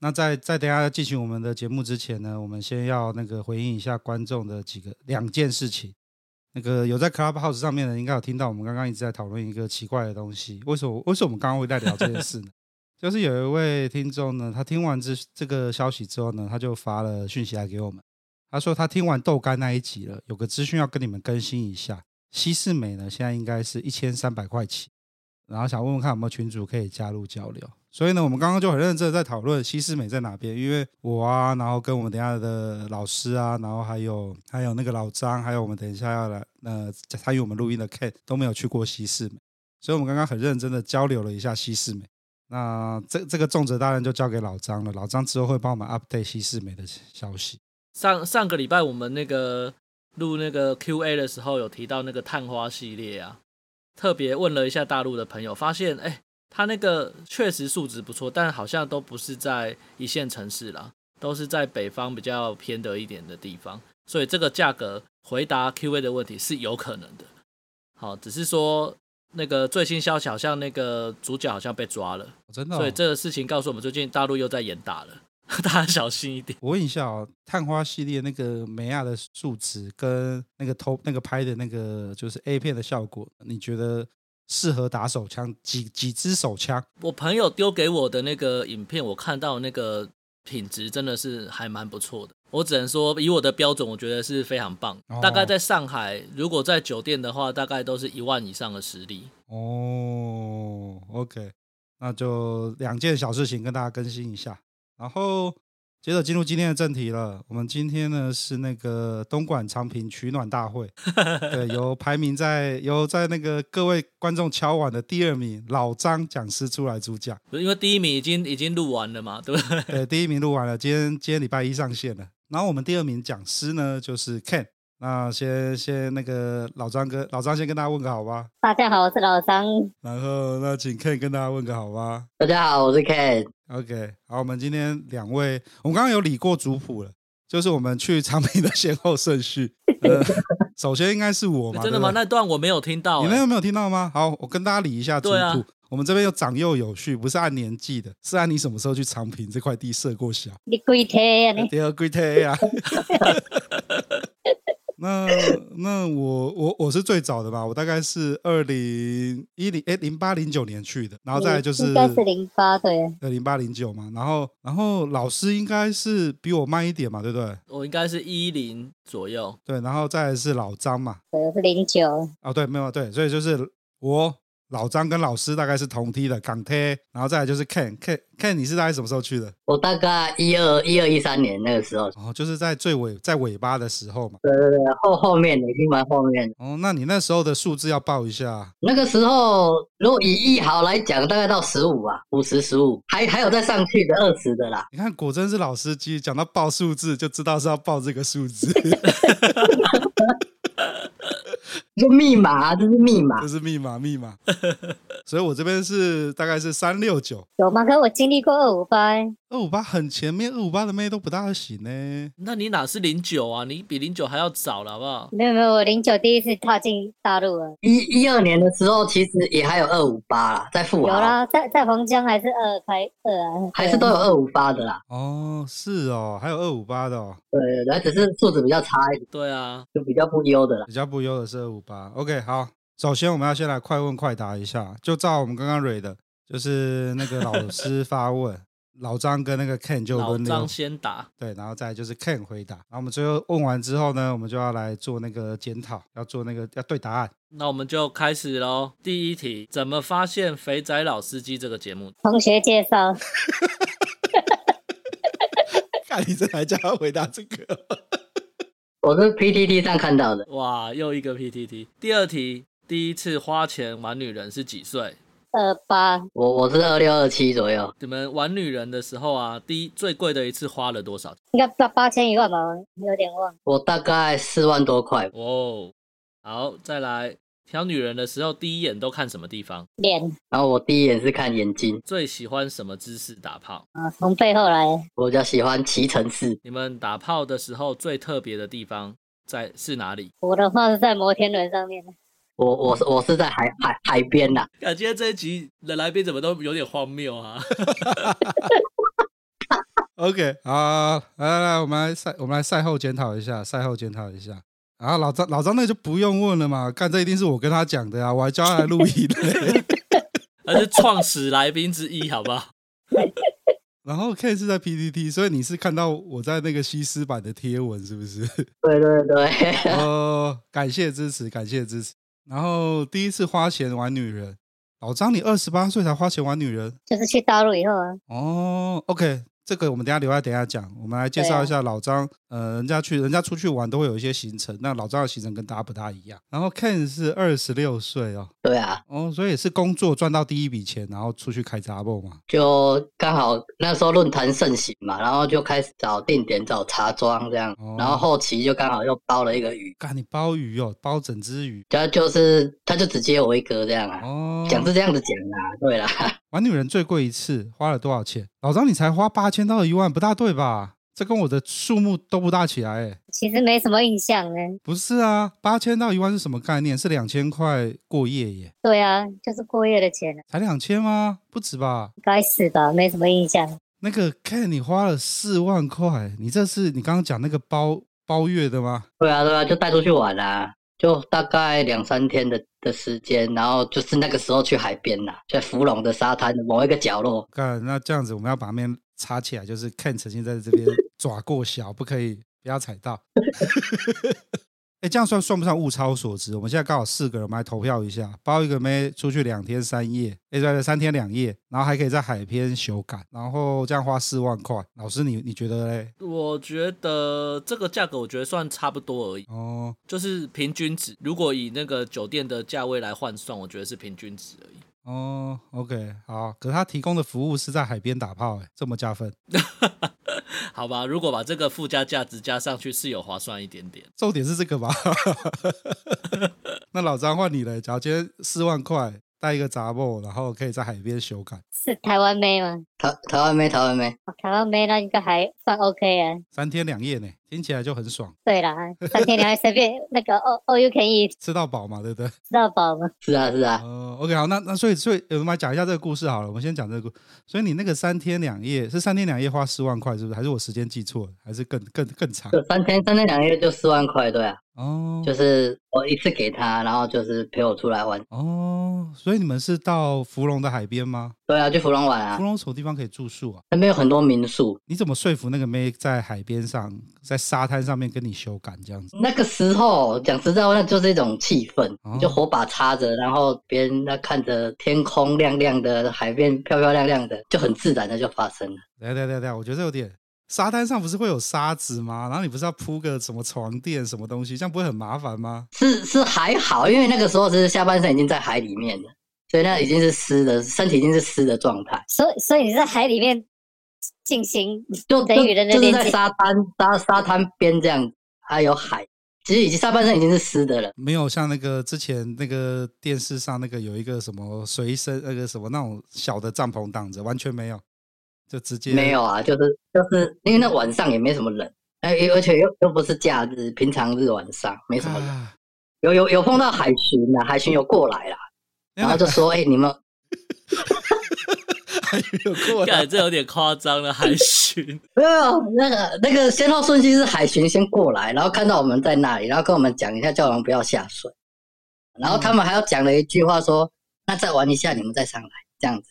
那在在等一下进行我们的节目之前呢，我们先要那个回应一下观众的几个两件事情。那个有在 Clubhouse 上面的，应该有听到我们刚刚一直在讨论一个奇怪的东西。为什么为什么我们刚刚会在聊这件事呢？ 就是有一位听众呢，他听完这这个消息之后呢，他就发了讯息来给我们。他说他听完豆干那一集了，有个资讯要跟你们更新一下。西式美呢，现在应该是一千三百块起，然后想问问看有没有群主可以加入交流。所以呢，我们刚刚就很认真的在讨论西式美在哪边，因为我啊，然后跟我们等一下的老师啊，然后还有还有那个老张，还有我们等一下要来呃参与我们录音的 Ken 都没有去过西式美，所以我们刚刚很认真的交流了一下西式美。那这这个重责大任就交给老张了，老张之后会帮我们 update 西式美的消息。上上个礼拜我们那个录那个 Q&A 的时候，有提到那个探花系列啊，特别问了一下大陆的朋友，发现哎、他那个确实数值不错，但好像都不是在一线城市啦，都是在北方比较偏的一点的地方，所以这个价格回答 Q&A 的问题是有可能的。好，只是说那个最新消息好像那个主角好像被抓了，真的、哦所以这个事情告诉我们，最近大陆又在严打了， 大家小心一点。我问一下哦，探花系列那个美亚的数值跟那个偷那个拍的那个就是 A 片的效果，你觉得适合打手枪几几支手枪？我朋友丢给我的那个影片，我看到那个品质真的是还蛮不错的。我只能说，以我的标准，我觉得是非常棒。哦大概在上海，如果在酒店的话，大概都是一万以上的实力。哦，OK，那就两件小事情跟大家更新一下，然后接着进入今天的正题了。我们今天呢是那个东莞长平取暖大 会，对，由排名在由在那个各位观众敲碗的第二名老张讲师出来主讲。不是因为第一名已经已经录完了嘛，对不对？对，呃第一名录完了，今天今天礼拜一上线了。然后我们第二名讲师呢就是 Ken。那先先那个老张哥，老张先跟大家问个好吧，大家好，我是老张。然后那请 Ken 跟大家问个好吧。大家好，我是 Ken。 OK，好，我们今天两位，我们刚刚有理过族谱了，就是我们去长平的先后顺序。 呃，首先应该是我嘛， 真的吗？哦对那段我没有听到、不对你那欸个没有听到吗？好，我跟大家理一下族谱。对啊我们这边有长幼有序，不是按年纪的，是按你什么时候去长平这块地设过小。你几天呀、啊、你？第二 great A 啊。那那我我我是最早的吧，我大概是二零一零哎零八零九年去的，然后再来就是嗯应该是零八对，零八零九嘛，然后然后老师应该是比我慢一点嘛，对不对？我应该是一零左右。对，然后再来是老张嘛，对我是零九，哦对，没有对，所以就是我老张跟老师大概是同梯的港铁，然后再来就是 Ken Ken Ken，你是大概什么时候去的？我大概一二一二一三年那个时候，哦，就是在最尾在尾巴的时候嘛。对对对，后后面的，已经蛮后面的。哦，那你那时候的数字要报一下啊。那个时候，如果以艺豪来讲，大概到十五吧，五十十五，还还有再上去的二十的啦。你看，果真是老司机，讲到报数字就知道是要报这个数 字，就密码、啊，这是密码这。是密码密 码。所以我这边是大概是三六九有吗？可我经历过二五八，二五八很前面，二五八的妹都不大行呢。那你哪是零九啊？你比零九还要早了，好不好？没有没有，我零九第一次踏进大陆了。一一二年的时候，其实也还有二五八啦，在富有豪啦，在在黄江还是二开二啊，还是都有二五八的啦。哦，是哦，还有二五八的哦，对对对，只是素质比较差一点，对啊，就比较不优的啦。比较不优的是二五八。OK，好，首先我们要先来快问快答一下，就照我们刚刚蕊的，就是那个老 师发问，老张跟那个 Ken 就老轮流张先打。对，然后再来就是 Ken 回答，然后我们最后问完之后呢，我们就要来做那个检讨，要做那个要对答案。那我们就开始喽。第一题，怎么发现《肥仔老司机》这个节目？同学介绍， 看你这还叫他回答这个？我是 PTT 上看到的，哇，又一个 PTT。第二题，第一次花钱玩女人是几岁？二八我我是二六二七左右，你们玩女人的时候啊，第一最贵的一次花了多少？应该八八千一万吧，我有点忘。我大概四万多块，哇哦，好，再来挑女人的时候，第一眼都看什么地方？脸然后我第一眼是看眼睛，最喜欢什么姿势打炮？啊，从背后来，我比较喜欢骑乘式，你们打炮的时候最特别的地方在是哪里？我的话是在摩天轮上面的，我我是我是在海海海边呐、 感觉这一集的来宾怎么都有点荒谬 啊！ OK，好，来来来，我们来赛，我们来赛后检讨一下，赛后检讨一下。然后老张，老张那个就不用问了嘛，干这一定是我跟他讲的啊，我还叫他来录音 嘞。而是创始来宾之一，好不好？然后 K 是在 PPT，所以你是看到我在那个西施版的贴文是不 是？对对 对，哦，感谢支持，感谢支持。然后第一次花钱玩女人，老张，你二十八岁才花钱玩女人就是去大陆以后啊，哦？OK，这个我们等一下留在等一下讲。我们来介对绍啊一下老张，呃，人家去人家出去玩都会有一些行程，那老张的行程跟大家不大一样。然后 Ken 是二十六岁哦，对啊，哦，所以是工作赚到第一笔钱，然后出去开杂货嘛。就刚好那时候论坛盛行嘛，然后就开始找定点找茶庄这样哦，然后后期就刚好又包了一个鱼，干你包鱼哦，包整只鱼他就是他就只接我一个这样啊，哦。讲是这样子讲啦、对啦， 玩女人最贵一次花了多少钱？老张，你才花八千到一万，不大对吧？这跟我的数目都不大起来、欸，其实没什么印象呢。不是啊，八千到一万是什么概念？是两千块过夜耶，对啊，就是过夜的钱啊，才两千吗？不止吧？该死吧，没什么印象。那个 Ken，你花了四万块，你这是你刚刚讲那个包包月的吗？对啊对啊，就带出去玩啦、就大概两三天的的时间，然后就是那个时候去海边啦、在芙蓉的沙滩的某一个角落，干，那这样子我们要把面插起来，就是 Ken 曾经在这边抓过小，不可以不要踩到。 哎、这样算算不算物超所值？我们现在刚好四个人，我们来投票一下，包一个妹出去两天三夜，哎、对对，三天两夜，然后还可以在海边修改，然后这样花四万块。老师你，你觉得嘞？我觉得这个价格，我觉得算差不多而已，哦，就是平均值。如果以那个酒店的价位来换算，我觉得是平均值而已。哦，OK，好。可是他提供的服务是在海边打炮、哎，这么加分。 好吧，如果把这个附加价值加上去，是有划算一点点。重点是这个吧？ 那老张换你了，假如今天四万块带一个杂货，然后可以在海边修改，是台湾妹吗？台台湾没台湾没，哦台湾妹那应该还算 OK 啊。三天两夜呢，听起来就很爽，对啦，三天两夜随便那个 all all you can eat 吃到饱嘛，对不对？吃到饱吗？是啊是啊，哦、o k 好，那那所以所以呃我们来讲一下这个故事好了，我们先讲这个故。所以你那个三天两夜是三天两夜花四万块，是不是？还是我时间记错了？还是更更更长？就三天三天两夜就四万块，对啊，哦就是我一次给他，然后就是陪我出来玩，哦，所以你们是到芙蓉的海边吗？对啊，去芙蓉玩芙啊，蓉什么地方可以住宿啊？那边有很多民宿。你怎么说服那个妹在海边上，在沙滩上面跟你修改这样子？那个时候讲实在话，那就是一种气氛哦，就火把插着，然后别人那看着天空亮亮的，海边漂漂亮亮的，就很自然的就发生了。等一下等一下等一下，我觉得有点沙滩上不是会有沙子吗？然后你不是要铺个什么床垫什么东西，这样不会很麻烦吗？是是还好，因为那个时候是下半身已经在海里面了，所以那已经是湿的，身体已经是湿的状态。所以所以你在海里面进行就人与人的就就是连在接，沙滩沙沙滩边这样，还有海，其实已经下半身已经是湿的了。没有像那个之前那个电视上那个有一个什么随身那个什么那种小的帐篷挡着，完全没有，就直接没有啊，就是就是因为那晚上也没什么人，哎，而而且又又不是假日，平常日晚上没什么人。啊。 有有有碰到海巡啦，海巡有过来啦，然然后就说：“哎、你们还有过来感觉这有点夸张了，还行。没有那个那个先后顺序是海巡先过来，然后看到我们在那里，然后跟我们讲一下，叫我们不要下水。然后他们还要讲了一句话说：‘那再玩一下，你们再上来。’这样子，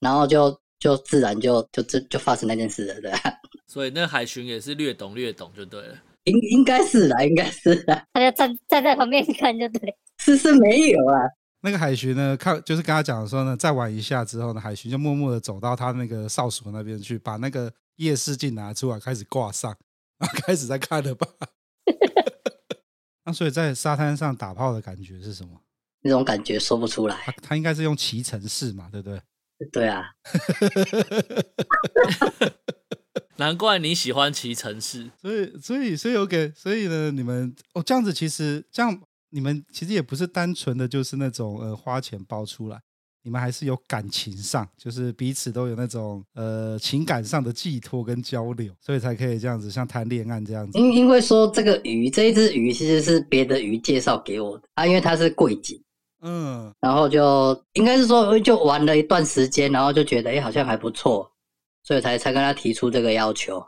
然后就就自然就就就就发生那件事了，对吧、 所以那海巡也是略懂略懂就对了。应应该是啦，应该是啦，他就站站在旁边看就对了。 是是没有啦，那个海巡呢，看就是跟他讲说呢，再玩一下之后呢，海巡就默默的走到他那个哨所那边去，把那个夜视镜拿出来，开始挂上，然后开始在看了吧。 那所以在沙滩上打炮的感觉是什么？那种感觉说不出来。啊他他应该是用骑乘式嘛，对不对？对啊，难怪你喜欢骑城市。所以，所以，所以有给，所以呢，你们哦，这样子其实这样，你们其实也不是单纯的就是那种呃花钱包出来，你们还是有感情上，就是彼此都有那种呃情感上的寄托跟交流，所以才可以这样子像谈恋爱这样子。因因为说这个鱼，这一只鱼其实是别的鱼介绍给我的啊，因为它是贵景，嗯，然后就应该是说就玩了一段时间，然后就觉得哎、诶好像还不错，所以才才跟他提出这个要求。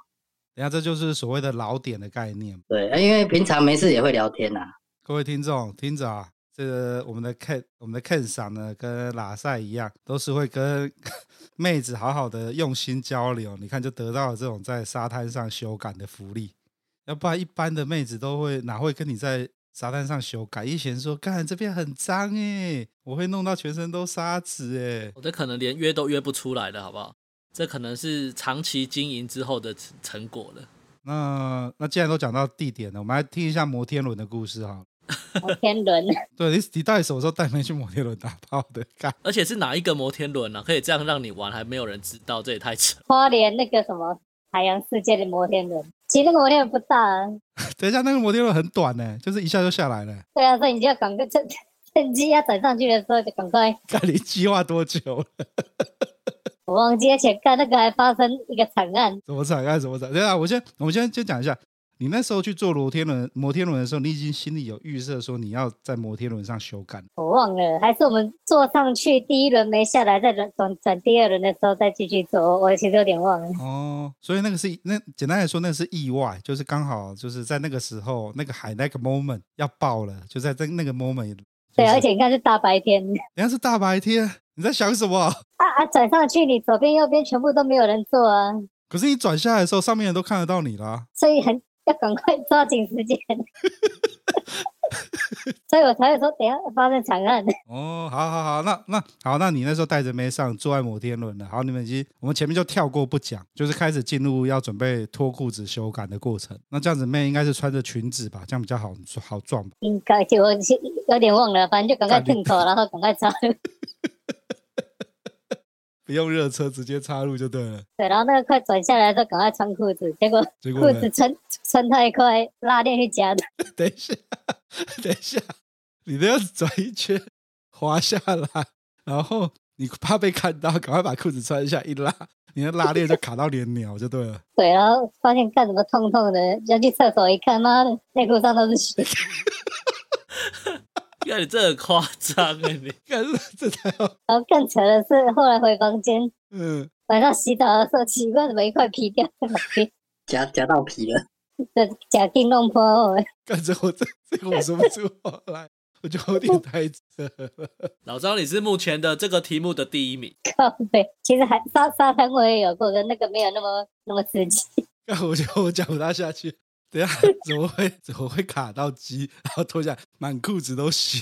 等一下这就是所谓的老点的概念。对，啊因为平常没事也会聊天啊呐、各位听众听着啊，这个我们的 Ken 我们的 Ken 赏呢，跟拉塞一样，都是会跟 妹子好好的用心交流。你看，就得到了这种在沙滩上修改的福利。要不然，一般的妹子都会哪会跟你在沙滩上修改？一嫌说，干这边很脏诶，我会弄到全身都沙子欸诶。我哦这可能连约都约不出来的，好不好？这可能是长期经营之后的成成果了。那那既然都讲到地点了，我们来听一下摩天轮的故事哈。摩天轮，对你，你到底什么时候带妹去摩天轮打炮的？干，而且是哪一个摩天轮呢、啊？可以这样让你玩，还没有人知道，这也太扯。花莲那个什么海洋世界的摩天轮，其实那个摩天轮不大、啊，等一下那个摩天轮很短呢，就是一下就下来了。对啊，所以你就要赶快趁趁机要转上去的时候就赶快。看你计划多久了？我忘记，而且看那个还发生一个惨案，怎么展开？怎么展？对啊，我先，我们先先讲一下，你那时候去坐摩天轮，摩天轮的时候，你已经心里有预设说你要在摩天轮上修改。 我忘了，还是我们坐上去第一轮没下来，再转转转第二轮的时候再继续坐，我我其实有点忘了。哦，所以那个是那简单来说，那个是意外，就是刚好就是在那个时候，那个海那个 moment 要爆了，就在在那个 moment。对，而且你看是大白天人家是大白天，你在想什么？啊啊，转上去你左边右边全部都没有人坐啊，可是你转下来的时候，上面人都看得到你啦。所以很要赶快抓紧时间。 所以我才会说，等一下发生惨案。哦，好好好，那那好，那你那时候带着妹上坐在摩天轮了。好，你们已经我们前面就跳过不讲，就是开始进入要准备脱裤子修改的过程。那这样子妹应该是穿着裙子吧，这样比较好好撞吧。应该就我是有点忘了，反正就赶快赶紧蹭头，然后赶快抓。不用热车直接插入就对了。 对，然后那个快转下来的时候，赶快穿裤子，结果结果裤呢子？穿穿太快，拉链去夹的。等一下，等一下，你都要转一圈滑下来，然后你怕被看到，赶快把裤子穿下，一拉，你的拉链就卡到你的鸟就对了。对，然后发现干什么痛痛的，要去厕所一看，妈的，内裤上都是血。 看你这很夸张哎，你干这才好，然后更扯的是，后来回房间，嗯，晚上洗澡的时候，奇怪怎么一块皮掉在哪边， 夹夹到皮了。这假定弄破我。干这我这这个我说不出话来，我觉得有点太扯了。老张，你是目前的这个题目的第一名。靠背，其实还沙沙滩我也有过，跟那个没有那么那么刺激。干我觉得我讲不大下去。等一下怎么会怎么会卡到鸡，然后脱下来满裤子都血？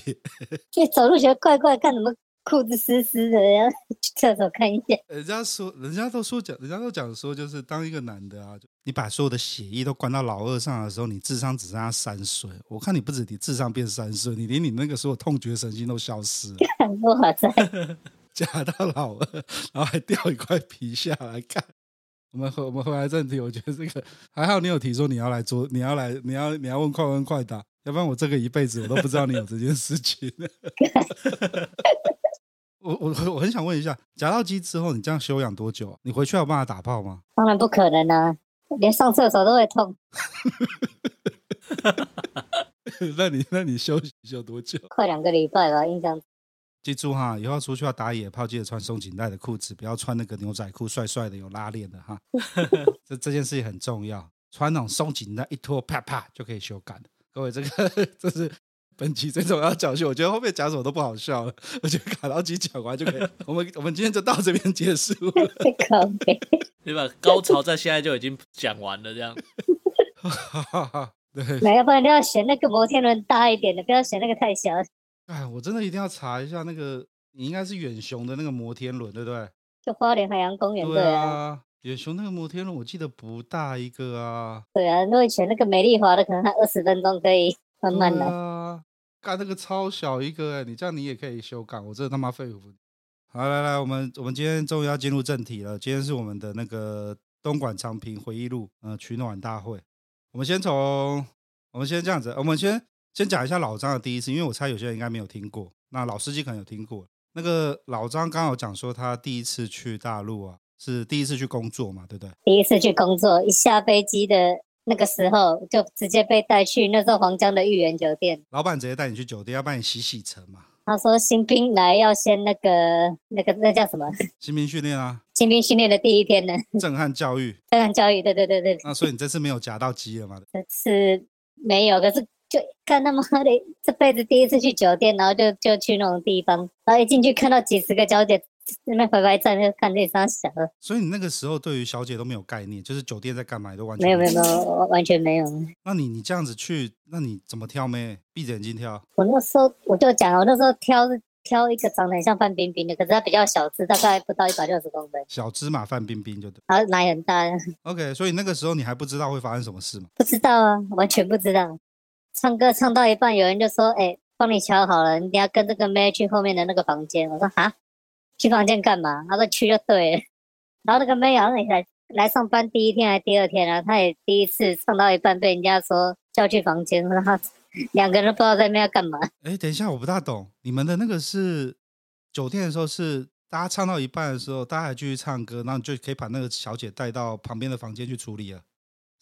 就走路觉得怪怪，看什么裤子湿湿的，然后去厕所看一下。人家说，人家都说讲，人家都讲说，就是当一个男的啊，就你把所有的血液都灌到老二上的时候，你智商只剩下三岁。我看你不止你智商变三岁，你连你那个所有痛觉神经都消失了，看哇塞，夹到老二，然后还掉一块皮下来看。我们回我们回来正题，我觉得这个还好，你有提说你要来做，你要来，你要你要问快问快答，要不然我这个一辈子我都不知道你有这件事情。 我我我很想问一下，夹到鸡之后，你这样休养多久啊、你回去还有办法打炮吗？ 当然不可能啊，连上厕所都会痛，那你那你休息休多久？快两个礼拜吧，印象记住哈，以后出去要打野炮，记得穿松紧带的裤子，不要穿那个牛仔裤，帅帅的有拉链的哈。这这件事情很重要，穿那种松紧带一脱，啪啪就可以修改了。各位，这个 这是本期最重要的教训。我觉得后面讲什么都不好笑了，我觉得卡劳基讲完就可以。 我们我们今天就到这边结束了。 靠背。你把高潮在现在就已经讲完了，这样 对，没有，不然就要选那个摩天轮大一点的，不要选那个太小的。哎，我真的一定要查一下那个，你应该是远雄的那个摩天轮，对不对？就花莲海洋公园对对啊，远雄那个摩天轮我记得不大一个啊，对啊，如果选那个美丽华的，可能它二十分钟可以慢慢对来。啊，干那个超小一个哎、你这样你也可以修改，我真的他妈肺腑。好，来来，我们我们今天终于要进入正题了。今天是我们的那个东莞长平回忆录呃取暖大会。我们先从我们先这样子，我们先先讲一下老张的第一次，因为我猜有些人应该没有听过，那老司机可能有听过。那个老张刚好讲说他第一次去大陆啊，是第一次去工作嘛，对不对？第一次去工作，一下飞机的那个时候就直接被带去那时候黄江的豫园酒店。老板直接带你去酒店，要帮你洗洗尘嘛，他说新兵来要先那个那个那叫什么？新兵训练啊，新兵训练的第一天呢， 震撼教育。这样教育，对对对对，那所以你这次没有夹到鸡了嘛？是没有，可是就看他妈的这辈子第一次去酒店，然后就就去那种地方，然后一进去看到几十个小姐那边排排站，就看这张小的，所以你那个时候对于小姐都没有概念，就是酒店在干嘛你都完全没有没有没有。有，完完全没有。那你你这样子去，那你怎么挑妹？闭着眼睛挑，我那时候我就讲，我那时候挑是挑一个长得很像范冰冰的，可是她比较小只，大概不到一百六十公分，小芝麻范冰冰就对。然后奶很大， OK，所以那个时候你还不知道会发生什么事嘛？不知道啊，完全不知道。唱歌唱到一半，有人就说：“哎、帮你瞧好了，你等下跟这个妹去后面的那个房间。”我说：“哈，去房间干嘛？”他说：“去就对了。”然后那个妹好像也来来上班第一天还是第二天啊，她也第一次唱到一半被人家说叫去房间，然后两个人都不知道在那边要干嘛。哎，等一下，我不大懂，你们的那个是酒店的时候是大家唱到一半的时候，大家还继续唱歌，然后你就可以把那个小姐带到旁边的房间去处理了，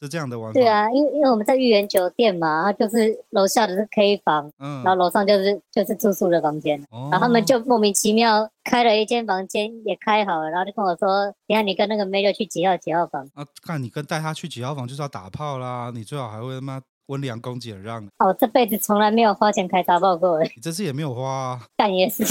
是这样的玩法？对，啊，因为因为我们在豫园酒店嘛，然后就是楼下的是 K 房，嗯然后，楼上就是就是住宿的房间。哦然后他们就莫名其妙开了一间房间，也开好了，然后就跟我说：“等一下你跟那个妹就去几号几号房。啊，看你跟带她去几号房就是要打炮啦，你最好还会他妈温良恭俭让，”哦，我这辈子从来没有花钱开打爆过， 你这次也没有花、啊，干也是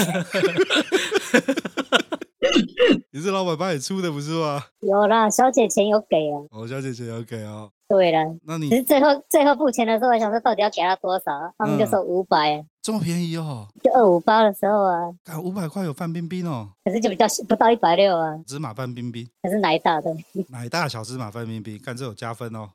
你是老板帮你出的不是吗？有啦，小姐钱有给啊。哦，小姐姐，OK 哦，对了，那只你是最后最后付钱的时候，我想说到底要给她多少，他们就说五百、这么便宜哦，就二五八的时候啊，干五百块有范冰冰哦，可是就比较不到一百六啊，芝麻范冰冰，可是奶大的，奶大小芝麻范冰冰，干这有加分哦，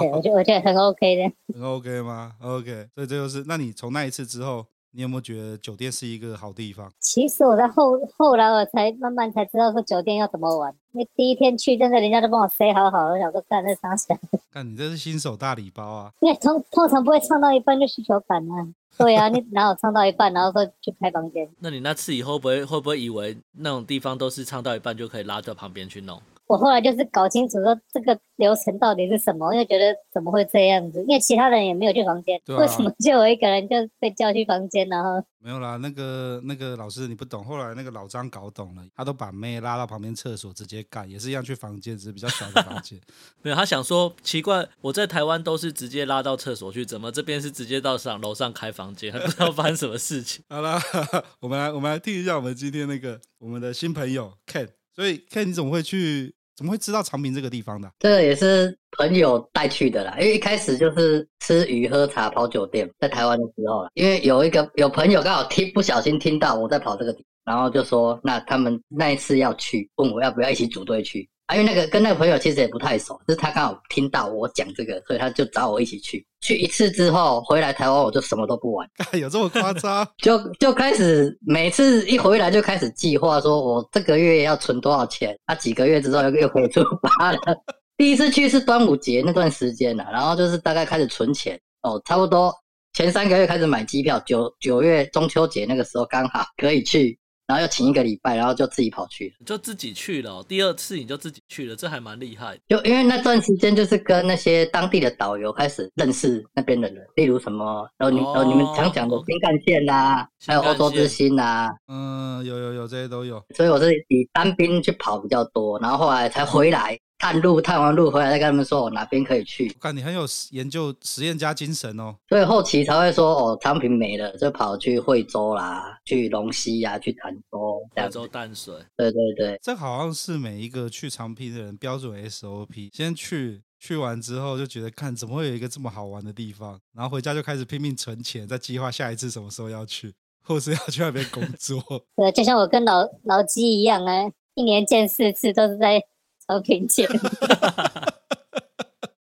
对啊我觉得我觉得很 OK 的。很 OK 吗？OK，所以这就是，那你从那一次之后，你有没有觉得酒店是一个好地方？其实我在后后来我才慢慢才知道说酒店要怎么玩，因为第一天去真的人家都帮我塞好好了，我想说干这啥小。看你这是新手大礼包啊，因为通通常不会唱到一半就需求感啊。对啊，你哪有唱到一半然后说去开房间？那你那次以后不会会不会以为那种地方都是唱到一半就可以拉到旁边去弄？我后来就是搞清楚说这个流程到底是什么，因为觉得怎么会这样子？因为其他人也没有去房间，对啊为什么就我一个人就被叫去房间？然后没有啦，那个那个老师你不懂，后来那个老张搞懂了，他都把妹拉到旁边厕所直接干，也是一样去房间，只是比较小的房间。。没有，他想说奇怪，我在台湾都是直接拉到厕所去，怎么这边是直接到上楼上开房间，还不知道发生什么事情 好啦， 我们来我们来听一下我们今天那个我们的新朋友 Ken，所以 Ken 你怎么会去怎么会知道长平这个地方的啊、 这个也是朋友带去的啦，因为一开始就是吃鱼喝茶跑酒店，在台湾的时候啦，因为有一个有朋友刚好听不小心听到我在跑这个地，然后就说那他们那一次要去，问我要不要一起组队去。啊，因为那个跟那个朋友其实也不太熟，就是他刚好听到我讲这个，所以他就找我一起去。去一次之后回来台湾，我就什么都不玩，干有这么夸张？就就开始每次一回来就开始计划，说我这个月要存多少钱，那、几个月之后又又可以出发了。 第一次去是端午节那段时间了、然后就是大概开始存钱哦，差不多前三个月开始买机票，九九月中秋节那个时候刚好可以去，然后又请一个礼拜，然后就自己跑去了。你就自己去了哦、第二次你就自己去了，这还蛮厉害的。就因为那段时间就是跟那些当地的导游开始认识那边的人，例如什么，然后你、哦然后你们常讲的新干线啦、还有欧洲之星啦、嗯，有有有，这些都有。所以我是以单兵去跑比较多，然后后来才回来探路，探完路回来再跟他们说哦我哪边可以去，看你很有实研究实验家精神哦。所以后期才会说哦，昌平没了，就跑去惠州啦，去龙溪呀、去潭州这惠样子州。淡水，对对对，这好像是每一个去长平的人标准 SOP，先去。去完之后就觉得，看怎么会有一个这么好玩的地方，然后回家就开始拼命存钱，再计划下一次什么时候要去，或是要去那边工作。呃，就像我跟老老鸡一样啊，一年见四次，都是在朝 平见。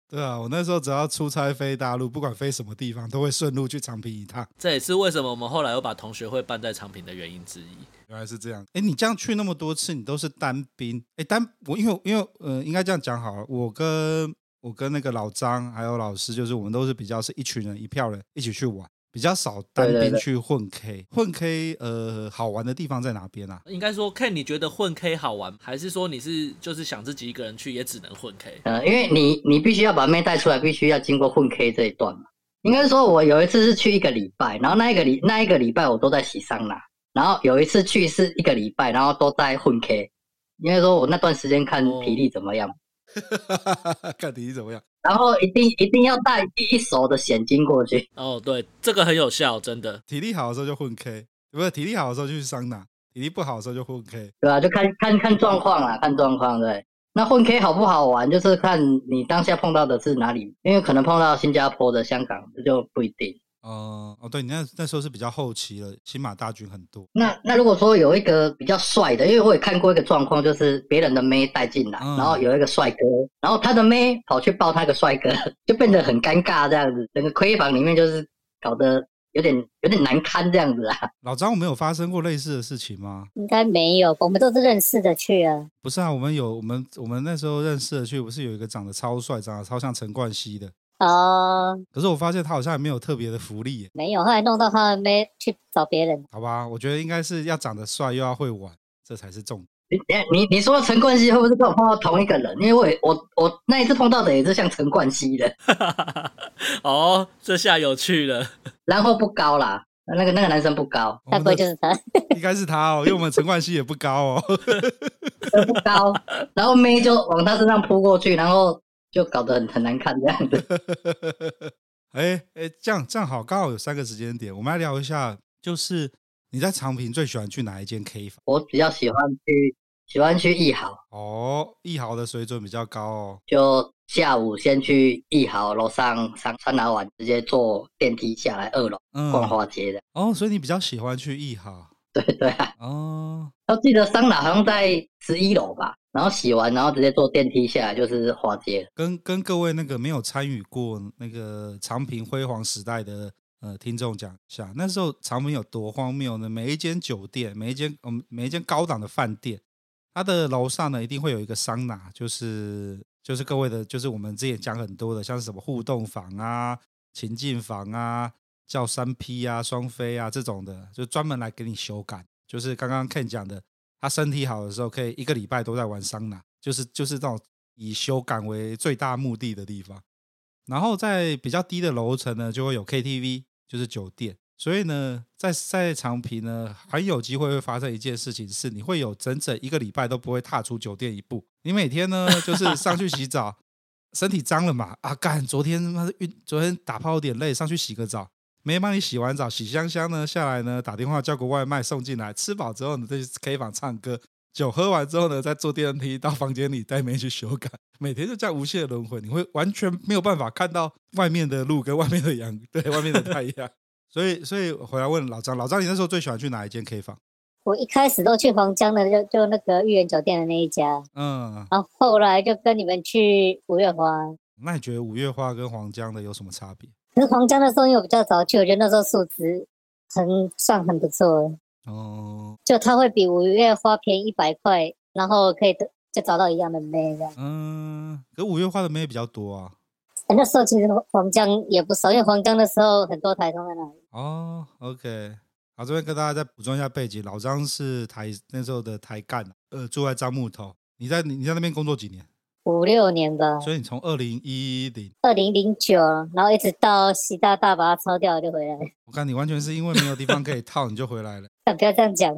对啊，我那时候只要出差飞大陆，不管飞什么地方，都会顺路去长平一趟。这也是为什么我们后来又把同学会办在长平的原因之一。原来是这样。哎，你这样去那么多次，你都是单兵？哎，单我因为因为呃，应该这样讲好了。我跟我跟那个老张还有老师，就是我们都是比较是一群人一票人一起去玩，比较少单对对兵对去混 K。混 K 呃，好玩的地方在哪边啊？ 应该说，Ken，你觉得混 K 好玩，还是说你是就是想自己一个人去，也只能混 K？呃，因为你你必须要把妹带出来，必须要经过混 K 这一段哦嘛。应该说，我有一次是去一个礼拜，然后那一个礼那一个礼拜我都在洗桑拿，然后有一次去是一个礼拜，然后都在混 K。应该说，我那段时间看哦体力怎么样，看你怎么样？然后一定一定要带一手的现金过去。哦，对，这个很有效，真的。 体力好的时候就混 K，不是体力好的时候就去桑拿，体力不好的时候就混 K。对啊，就看看看状况啦，看状况。对，那混 K 好不好玩，就是看你当下碰到的是哪里，因为可能碰到新加坡的、香港，这就不一定。哦、哦，对你那那时候是比较后期了，新马大军很多。那那如果说有一个比较帅的，因为我也看过一个状况，就是别人的妹带进来，嗯然后有一个帅哥，然后他的妹跑去抱那个帅哥， 就变得很尴尬这样子，整个亏房里面就是搞得有点有点难堪这样子啊。老张，我们有发生过类似的事情吗？应该没有，我们都是认识的去啊。不是啊，我们有我们我们那时候认识的去，不是有一个长得超帅，长得超像陈冠希的，哦，可是我发现他好像也没有特别的福利耶，没有，后来弄到他们没去找别人，好吧？我觉得应该是要长得帅又要会玩，这才是重点。你你你说陈冠希会不会跟我碰到同一个人？因为我也我我那一次碰到的也是像陈冠希的，哦，这下有趣了。然后不高啦，那个那个男生不高，我该们不会的就是他？应该是他哦，因为我们陈冠希也不高哦。 不高，然后妹就往他身上扑过去，然后就搞得很很难看这样子。哎哎，这样这样好，刚好有三个时间点，我们来聊一下，就是你在长平最喜欢去哪一间 K 房？我比较喜欢去喜欢去艺豪，哦，艺豪的水准比较高哦。就下午先去艺豪楼上上桑拿完，直接坐电梯下来二楼嗯，逛花街的。哦，所以你比较喜欢去艺豪对对啊，哦。我记得桑拿好像在十一楼吧，然后洗完然后直接坐电梯下来就是花街了。跟跟各位那个没有参与过那个长平辉煌时代的呃听众讲一下，那时候长平有多荒谬呢？每一间酒店，每一间嗯、每一间高档的饭店，它的楼上呢一定会有一个桑拿，就是就是各位的，就是我们之前讲很多的，像是什么互动房啊、情境房啊、叫三 P 啊、双飞啊这种的，就专门来给你修改，就是刚刚 Ken 讲的，他身体好的时候，可以一个礼拜都在玩桑拿，就是就是那种以修改为最大目的的地方。然后在比较低的楼层呢，就会有 KTV，就是酒店。所以呢，在在长平呢，很有机会会发生一件事情，是你会有整整一个礼拜都不会踏出酒店一步。你每天呢，就是上去洗澡， 身体脏了嘛，啊干，昨天他妈的运，昨天打炮有点累，上去洗个澡，没帮你洗完澡，洗香香呢，下来呢打电话叫个外卖送进来，吃饱之后呢再去 K 房唱歌，酒喝完之后呢再坐电梯到房间里带妹去修改，每天就这样无限轮回，你会完全没有办法看到外面的路跟外面的阳，对外面的太阳。 所以，所以回来问老张，老张，你那时候最喜欢去哪一间 K 房？我一开始都去黄江的，就就那个豫园酒店的那一家，嗯，然后后来就跟你们去五月花。那你觉得五月花跟黄江的有什么差别？可是黄江的时候因为我比较早去，我觉得那时候素质很算很不错了，哦，就它会比五月花便宜一百块，然后可以得就找到一样的妹这样。嗯，可五月花的妹比较多啊。哎那时候其实黄黄江也不少，因为黄江的时候很多台通在那里。哦，OK，好，这边跟大家再补充一下背景，老张是台那时候的台干，呃，住在樟木头。你在你在那边工作几年？五六年吧，所以你从二零一零，二零零九，然后一直到习大大把它抄掉就回来 了。我看你完全是因为没有地方可以套，你就回来了。但不要这样讲，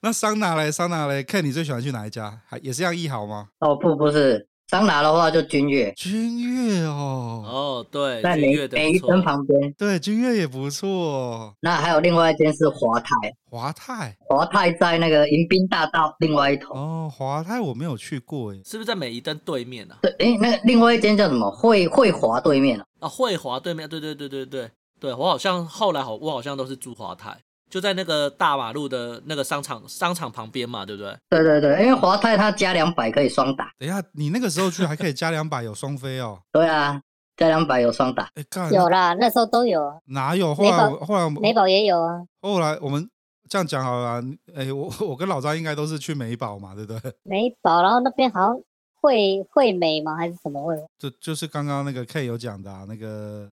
那桑拿嘞，桑拿嘞，看你最喜欢去哪一家？还也是要一好吗？哦不不是，桑拿的话就君悦，君悦哦，哦，对，在君美悦的美不一错生。旁边。对，君悦也不错。那还有另外一间是华泰，华泰华泰在那个迎宾大道另外一头。哦，华泰我没有去过耶。是不是在美宜登对面啊？对，诶，那个另外一间叫什么？汇汇华对面啊。啊，惠华对面，对对对对对对，我好像后来好，我好像都是住华泰，就在那个大马路的那个商场商场旁边嘛，对不对？对对对，因为华泰它加两百可以双打。等一下，你那个时候去还可以加两百，有双飞哦。对啊，加两百有双打，哎，干有啦，那时候都有啊，哪有？后来美我后来我们美宝也有啊，后来我们这样讲好了啦，哎，我 我跟老张应该都是去美宝嘛，对不对？ 美宝，然后那边好像惠惠美吗？还是什么惠？就就是刚刚那个 K 有讲的、啊、那个，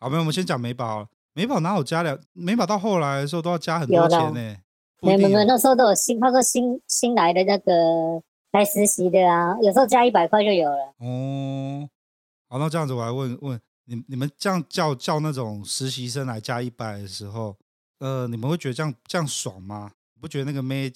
好，没有，我们先讲美宝好了。美宝哪有加两？美宝到后来的时候都要加很多有啦钱呢、不没一定啊哦有没有没有，有那时候都有新，他说新新来的那个来实习的啊，有时候加一百块就有了。哦。好，那这样子我来问问你，你们这样叫叫那种实习生来加一百的时候，呃，你们会觉得这样这样爽吗？你不觉得那个妹？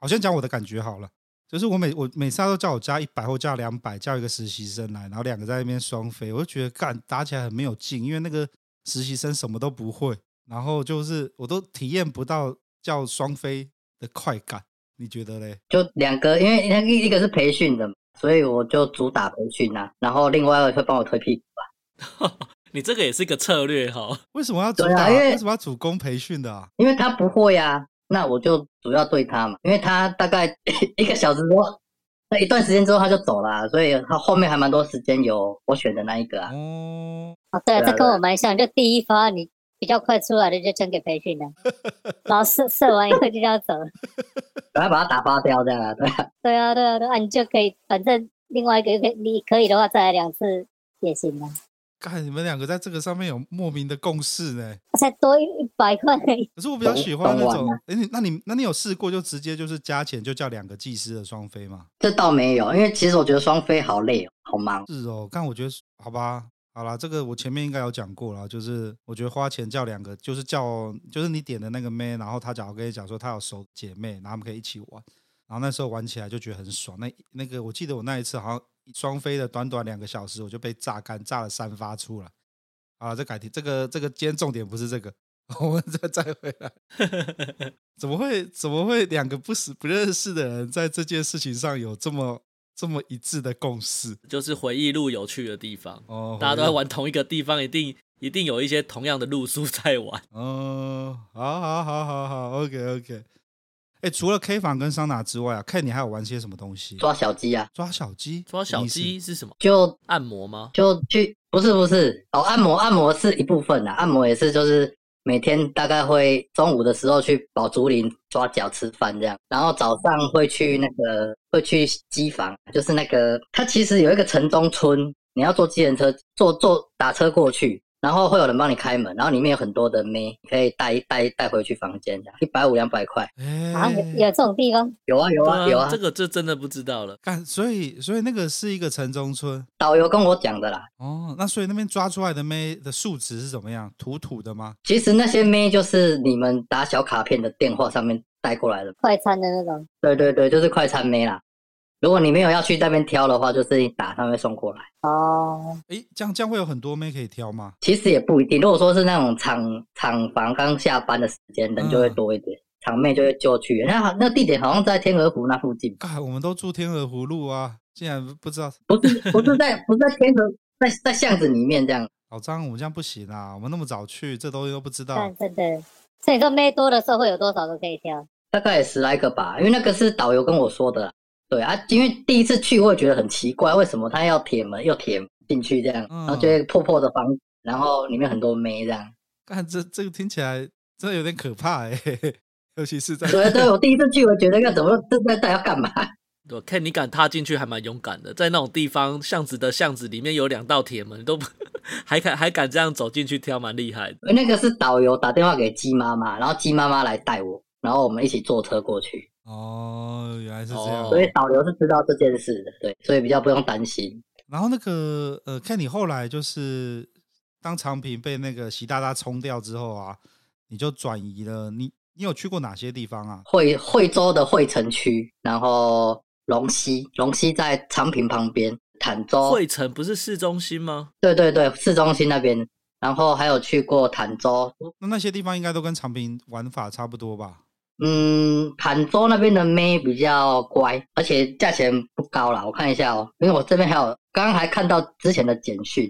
好，先讲我的感觉好了，就是我每我每次他都叫我加一百或加两百，叫一个实习生来，然后两个在那边双飞，我就觉得干打起来很没有劲，因为那个实习生什么都不会，然后就是我都体验不到叫双飞的快感，你觉得嘞？就两个，因为一一个是培训的嘛，所以我就主打培训啊，然后另外一个会帮我推屁股啊，你这个也是一个策略哈。为什么要主对啊打？因为为什么要主攻培训的啊？因为他不会啊，那我就主要对他嘛，因为他大概 一个小时之后，那一段时间之后他就走了啊、所以他后面还蛮多时间有我选的那一个啊，哦，哦，对了，对啊这跟我蛮像，就第一发你比较快出来的就捐给培 训的，老师射完以后就要走。赶快把他打发掉这样啊， 对啊，对啊对啊对啊，你就可以，反正另外一个可以你可以的话再来两次也行啊，看你们两个在这个上面有莫名的共识呢。才多一百块而已。可是我比较懂喜欢那懂种玩，哎，你那你那你有试过就直接就是加钱就叫两个技师的双飞吗？这倒没有，因为其实我觉得双飞好累哦，好忙，是哦，但我觉得是好吧，好啦，这个我前面应该有讲过啦，就是我觉得花钱叫两个，就是叫就是你点的那个妹，然后她假如跟你讲说她有熟姐妹，然后他们可以一起玩，然后那时候玩起来就觉得很爽。那那个我记得我那一次好像双飞的短短两个小时，我就被榨干，榨了三发出来。好了，这改天，这个这个今天重点不是这个， 我们再再回来。怎么会怎么会两个不识不认识的人在这件事情上有这么这么一致的共识？就是回忆录有趣的地方，哦，大家都在回玩同一个地方，一定一定有一些同样的路数在玩。哦，好好好好好，OK OK。哎，除了 K 房跟桑拿之外啊，K 你还有玩些什么东西？抓小鸡啊，抓小鸡，抓什么小意思鸡是什么？就按摩吗？就去不是不是哦，按摩按摩是一部分啦，按摩也是就是每天大概会中午的时候去宝竹林抓脚吃饭这样，然后早上会去那个会去机房，就是那个它其实有一个城中村，你要坐计程车坐坐打车过去。然后会有人帮你开门，然后里面有很多的妹，你可以带带带回去房间，这样一百五两百块，啊，哎，有有这种地方？有啊有啊对有啊这，个这真的不知道了。干，所以所以那个是一个城中村导游跟我讲的啦。哦。那所以那边抓出来的妹的数值是怎么样？土土的吗？其实那些妹就是你们打小卡片的电话上面带过来的快餐的那种，对对对，就是快餐妹啦。如果你没有要去那边挑的话，就是你打他们会送过来。哦，哎，这样这样会有很多妹可以挑吗？其实也不一定，如果说是那种厂厂房刚下班的时间，人就会多一点，厂、妹就会就去。那好那地点好像在天鹅湖那附近，干，我们都住天鹅湖路啊，竟然不不知道。不是不是在不是在天鹅，在在巷子里面这样。老张，我们这样不行啊！我们那么早去，这东西都不知道但。真的，所以你说妹多的时候会有多少个可以挑？大概也十来个吧，因为那个是导游跟我说的啦。对啊，因为第一次去我也觉得很奇怪，为什么他要铁门又铁进去这样，嗯然后就会破破的房子，然后里面很多妹这样。看这这个听起来真的有点可怕哎、 尤其是在对对，我第一次去我觉得要怎么这这到底要干嘛？对，Ken，你敢踏进去还蛮勇敢的，在那种地方巷子的巷子里面有两道铁门，都不 还敢还敢这样走进去挑，蛮厉害的。那个是导游打电话给鸡妈妈，然后鸡妈妈来带我，然后我们一起坐车过去，哦，原来是这样。哦所以导游是知道这件事的，对，所以比较不用担心。然后那个呃，看你后来就是当长平被那个习大大冲掉之后啊，你就转移了。你你有去过哪些地方啊？惠惠州的惠城区，然后龙溪，龙溪在昌平旁边，坦州，惠城不是市中心吗？对对对，市中心那边，然后还有去过坦州，那那些地方应该都跟长平玩法差不多吧？嗯，坦州那边的妹比较乖，而且价钱不高啦。我看一下哦，因为我这边还有，刚刚还看到之前的简讯，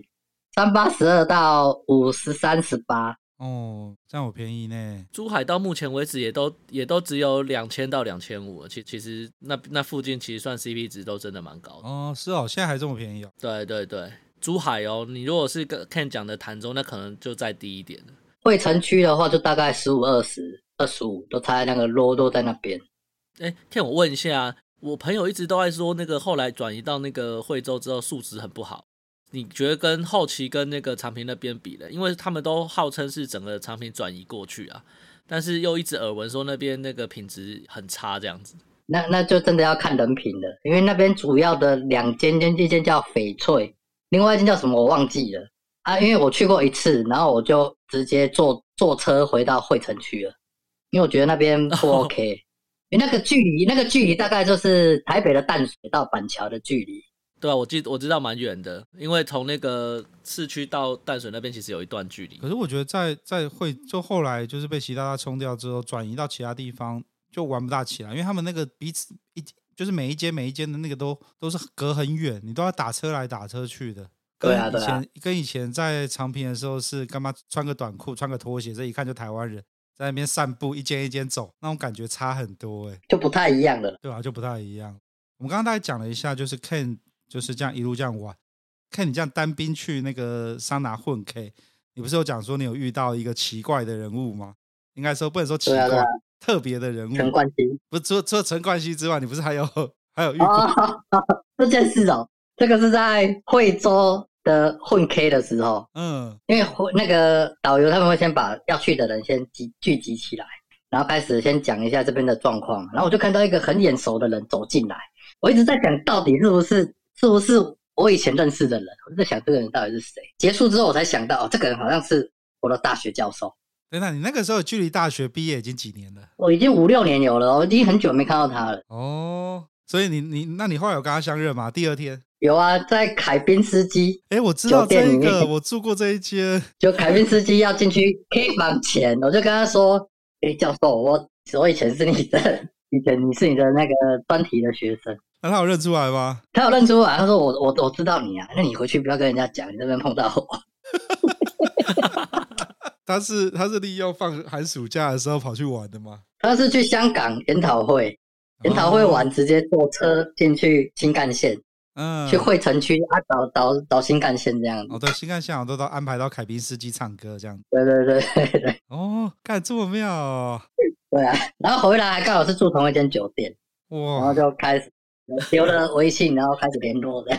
三八十二到五十三十八，哦，这样我便宜呢。珠海到目前为止也都也都只有两千到两千五，其其实那那附近其实算 CP 值都真的蛮高的。哦，是哦，现在还这么便宜哦。对对对，珠海哦，你如果是跟 Ken 讲的潭州，那可能就再低一点了。惠城区的话，就大概十五、二十、二十五，都差那个落落在那边。哎，Ken，我问一下，我朋友一直都在说，那个后来转移到那个惠州之后，数值很不好。你觉得跟后期跟那个长平那边比呢？因为他们都号称是整个长平转移过去啊，但是又一直耳闻说那边那个品质很差，这样子。那那就真的要看人品了，因为那边主要的两间间，一间叫翡翠，另外一间叫什么我忘记了啊。因为我去过一次，然后我就直接坐坐车回到惠城区了，因为我觉得那边不 OK，、因为那个距离，那个距离大概就是台北的淡水到板桥的距离。对啊，我记我知道蛮远的，因为从那个市区到淡水那边其实有一段距离 可。是我觉得在在惠州后来就是被习大大冲掉之后，转移到其他地方就玩不大起来，因为他们那个彼此一就是每一间每一间的那个都都是隔很远，你都要打车来打车去的。跟对啊以对啊前跟以前在长平的时候是干嘛穿个短裤穿个拖鞋，这一看就台湾人在那边散步，一间一间走，那种感觉差很多哎、就不太一样了。对啊，就不太一样。我们刚刚大概讲了一下，就是 Ken 就是这样一路这样玩，Ken 你这样单兵去那个桑拿混 K，你不是有讲说你有遇到一个奇怪的人物吗？应该说不能说奇对怪，啊对啊特别的人陈物，冠希不除除了陈冠希之外，你不是还有还有遇过？哦， 这件事哦，这个是在惠州的混 K 的时候，嗯因为混那个导游他们会先把要去的人先集聚集起来，然后开始先讲一下这边的状况，然后我就看到一个很眼熟的人走进来，我一直在想到底是不是是不是我以前认识的人，我就在想这个人到底是谁。结束之后我才想到，哦，这个人好像是我的大学教授，等等，你那个时候距离大学毕业已经几年了？我已经五六年有了，我已经很久没看到他了。哦，所以你你那你后来有跟他相认吗？第二天，有啊，在凯宾斯基哎，我知道酒店这一里面个，我住过这一间，就凯宾斯基要进去 K 房前，我就跟他说：“诶、教授，我我以前是你的， 以前你是你的那个专题的学生。那他有认出来吗？”他有认出来，他说我：“我我知道你啊，那你回去不要跟人家讲，你这边碰到我。他是他是利用放寒暑假的时候跑去玩的吗？”他是去香港研讨会，研讨会哦完直接坐车进去新干线，嗯，去惠城区啊找找找新干线这样子。哦，对，新干线好像都到安排到凯宾斯基唱歌这样。对对对对对哦，干这么妙、哦，对啊！然后回来还刚好是住同一间酒店，然后哇！就开始留了微信，然后开始联络的。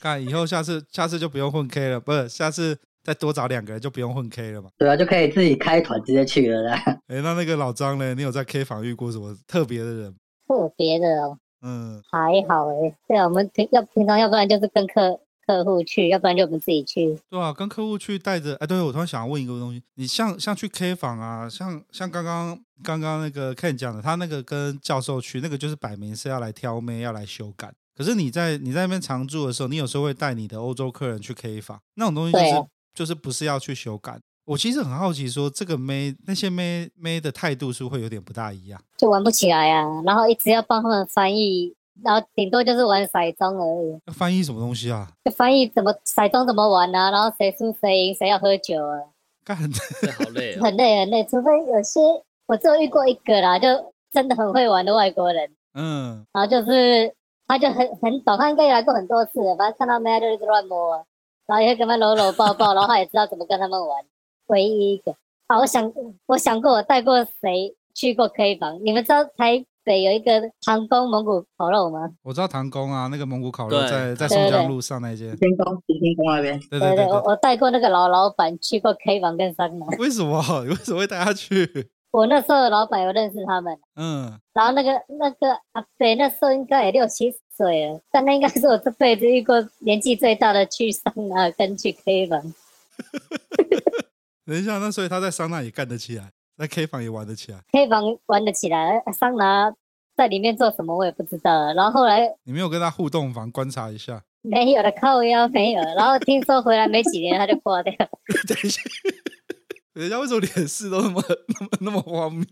干以后下次下次就不用混 K 了，不是下次再多找两个人就不用混 K 了嘛？对啊，就可以自己开团直接去了啦。哎，那那个老张嘞，你有在 K 房遇过什么特别的人？特别的哦。嗯，还好诶、对啊，我们平要平常，要不然就是跟客客户去，要不然就我们自己去。对啊，跟客户去带着，哎，对我突然想要问一个东西，你像像去 K 房啊，像像刚刚刚刚那个 Ken 讲的，他那个跟教授去，那个就是摆明是要来挑妹，要来修改。可是你在你在那边常住的时候，你有时候会带你的欧洲客人去 K 房，那种东西就是、对啊就是不是要去修改。我其实很好奇说这个妹那些妹妹的态度是不是会有点不大一样。就玩不起来啊，然后一直要帮他们翻译，然后顶多就是玩骰盅而已。要翻译什么东西啊？就翻译怎么骰盅怎么玩啊，然后谁输谁赢，谁要喝酒啊，干，这好累哦。很累很累。除非有些我只有遇过一个啦，就真的很会玩的外国人， 嗯，然后就是他就很很懂，他应该也来过很多次了，反正看到妹他就一直乱摸啊，然后也会跟他们搂搂抱抱，然后他也知道怎么跟他们玩，唯一一个啊，我想我想过我带过谁去过 K 房，你们知道台北有一个唐宫蒙古烤肉吗？我知道唐宫啊，那个蒙古烤肉对在在对松江对路上那间，天宫，天宫那边，对对对对我我带过那个老老板去过 K 房跟桑拿，对， 为什么你为什么会带他去？ 我那时候的老板有认识他们，嗯，然后那个那个阿北那时候应该也六七十岁了，但那应该是我这辈子遇过年纪最大的去桑拿跟去 K 房，等一下，那所以他在桑拿也干得起来，在 K 房也玩得起来。 K 房玩得起来，桑拿在里面做什么我也不知道。然后后来你没有跟他互动房观察一下？ 没有了，靠腰没有，然后听说回来没几年他就挂掉，等一下， 人家为什么脸事都那么那么那么荒谬？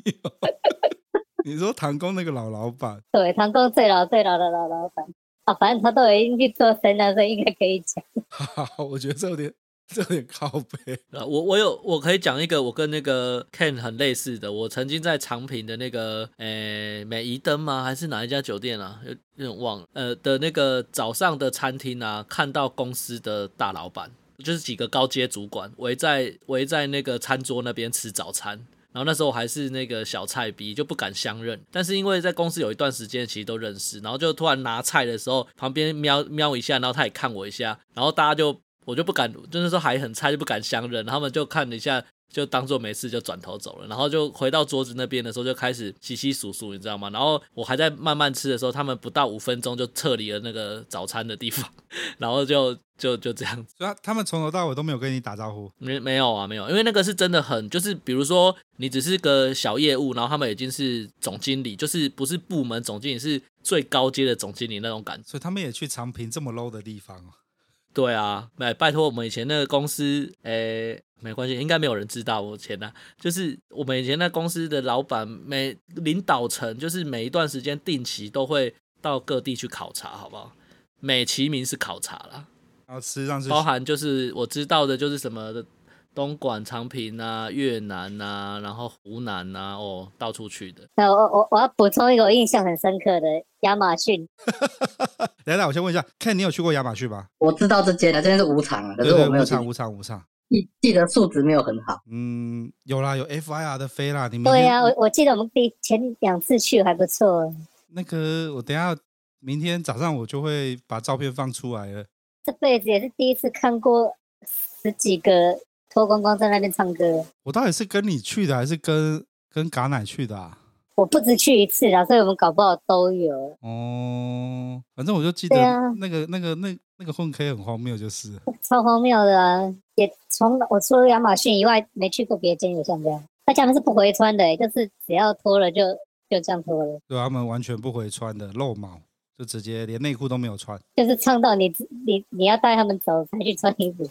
你说唐宫那个老老板， 对，唐宫最老最老的老老板啊，反正他都已经去做生了，所以应该可以讲。哈哈，我觉得这有点这有点靠背。啊，我我有我可以讲一个我跟那个 Ken 很类似的，我曾经在长平的那个诶美宜登吗？还是哪一家酒店啊？有有点忘了。呃的那个早上的餐厅啊，看到公司的大老板，就是几个高阶主管围在围在那个餐桌那边吃早餐。然后那时候我还是那个小菜逼，就不敢相认。但是因为在公司有一段时间，其实都认识，然后就突然拿菜的时候，旁边瞄瞄一下，然后他也看我一下，然后大家就我就不敢，就那时候还很菜，就不敢相认。然后他们就看了一下，就当做没事，就转头走了。然后就回到桌子那边的时候，就开始稀稀疏疏，你知道吗？然后我还在慢慢吃的时候，他们不到五分钟就撤离了那个早餐的地方， 然后就就就这样子所以他他们从头到尾都没有跟你打招呼，没没有啊，没有，因为那个是真的很，就是比如说你只是个小业务，然后他们已经是总经理，就是不是部门总经理，是最高阶的总经理那种感觉。所以他们也去长平这么 low 的地方哦。对啊，拜拜托我们以前那个公司，诶、没关系，应该没有人知道我前呢、就是我们以前那公司的老板，每领导层就是每一段时间定期都会到各地去考察，好不好？美其名是考察啦，然后吃上去， 包含就是我知道的，就是什么的东莞、长平啊、越南啊，然后湖南啊，哦，到处去的。那我我我要补充一个我印象很深刻的亚马逊，来来，我先问一下，Ken，你有去过亚马逊吧？我知道这间啊，这间是无偿啊，可对是我对，没有无去偿无偿无偿。记记得数值没有很好。嗯，有啦，有 FIR 的飞啦，你们对呀、我我记得我们第前两次去还不错，那个我等一下明天早上我就会把照片放出来了。这辈子也是第一次看过十几个脱光光在那边唱歌。我到底是跟你去的，还是跟跟嘎奶去的啊？我不止去一次啦，所以我们搞不好都有。哦，反正我就记得对啊那个、那个那那个混 K 很荒谬，就是了超荒谬的啊！也从我除了亚马逊以外，没去过别间有像这样。而且他们是不回穿的、欸，就是只要脱了就就这样脱了，对他们完全不回穿的露毛，就直接连内裤都没有穿。就是唱到你自你你要带他们走才去穿衣服。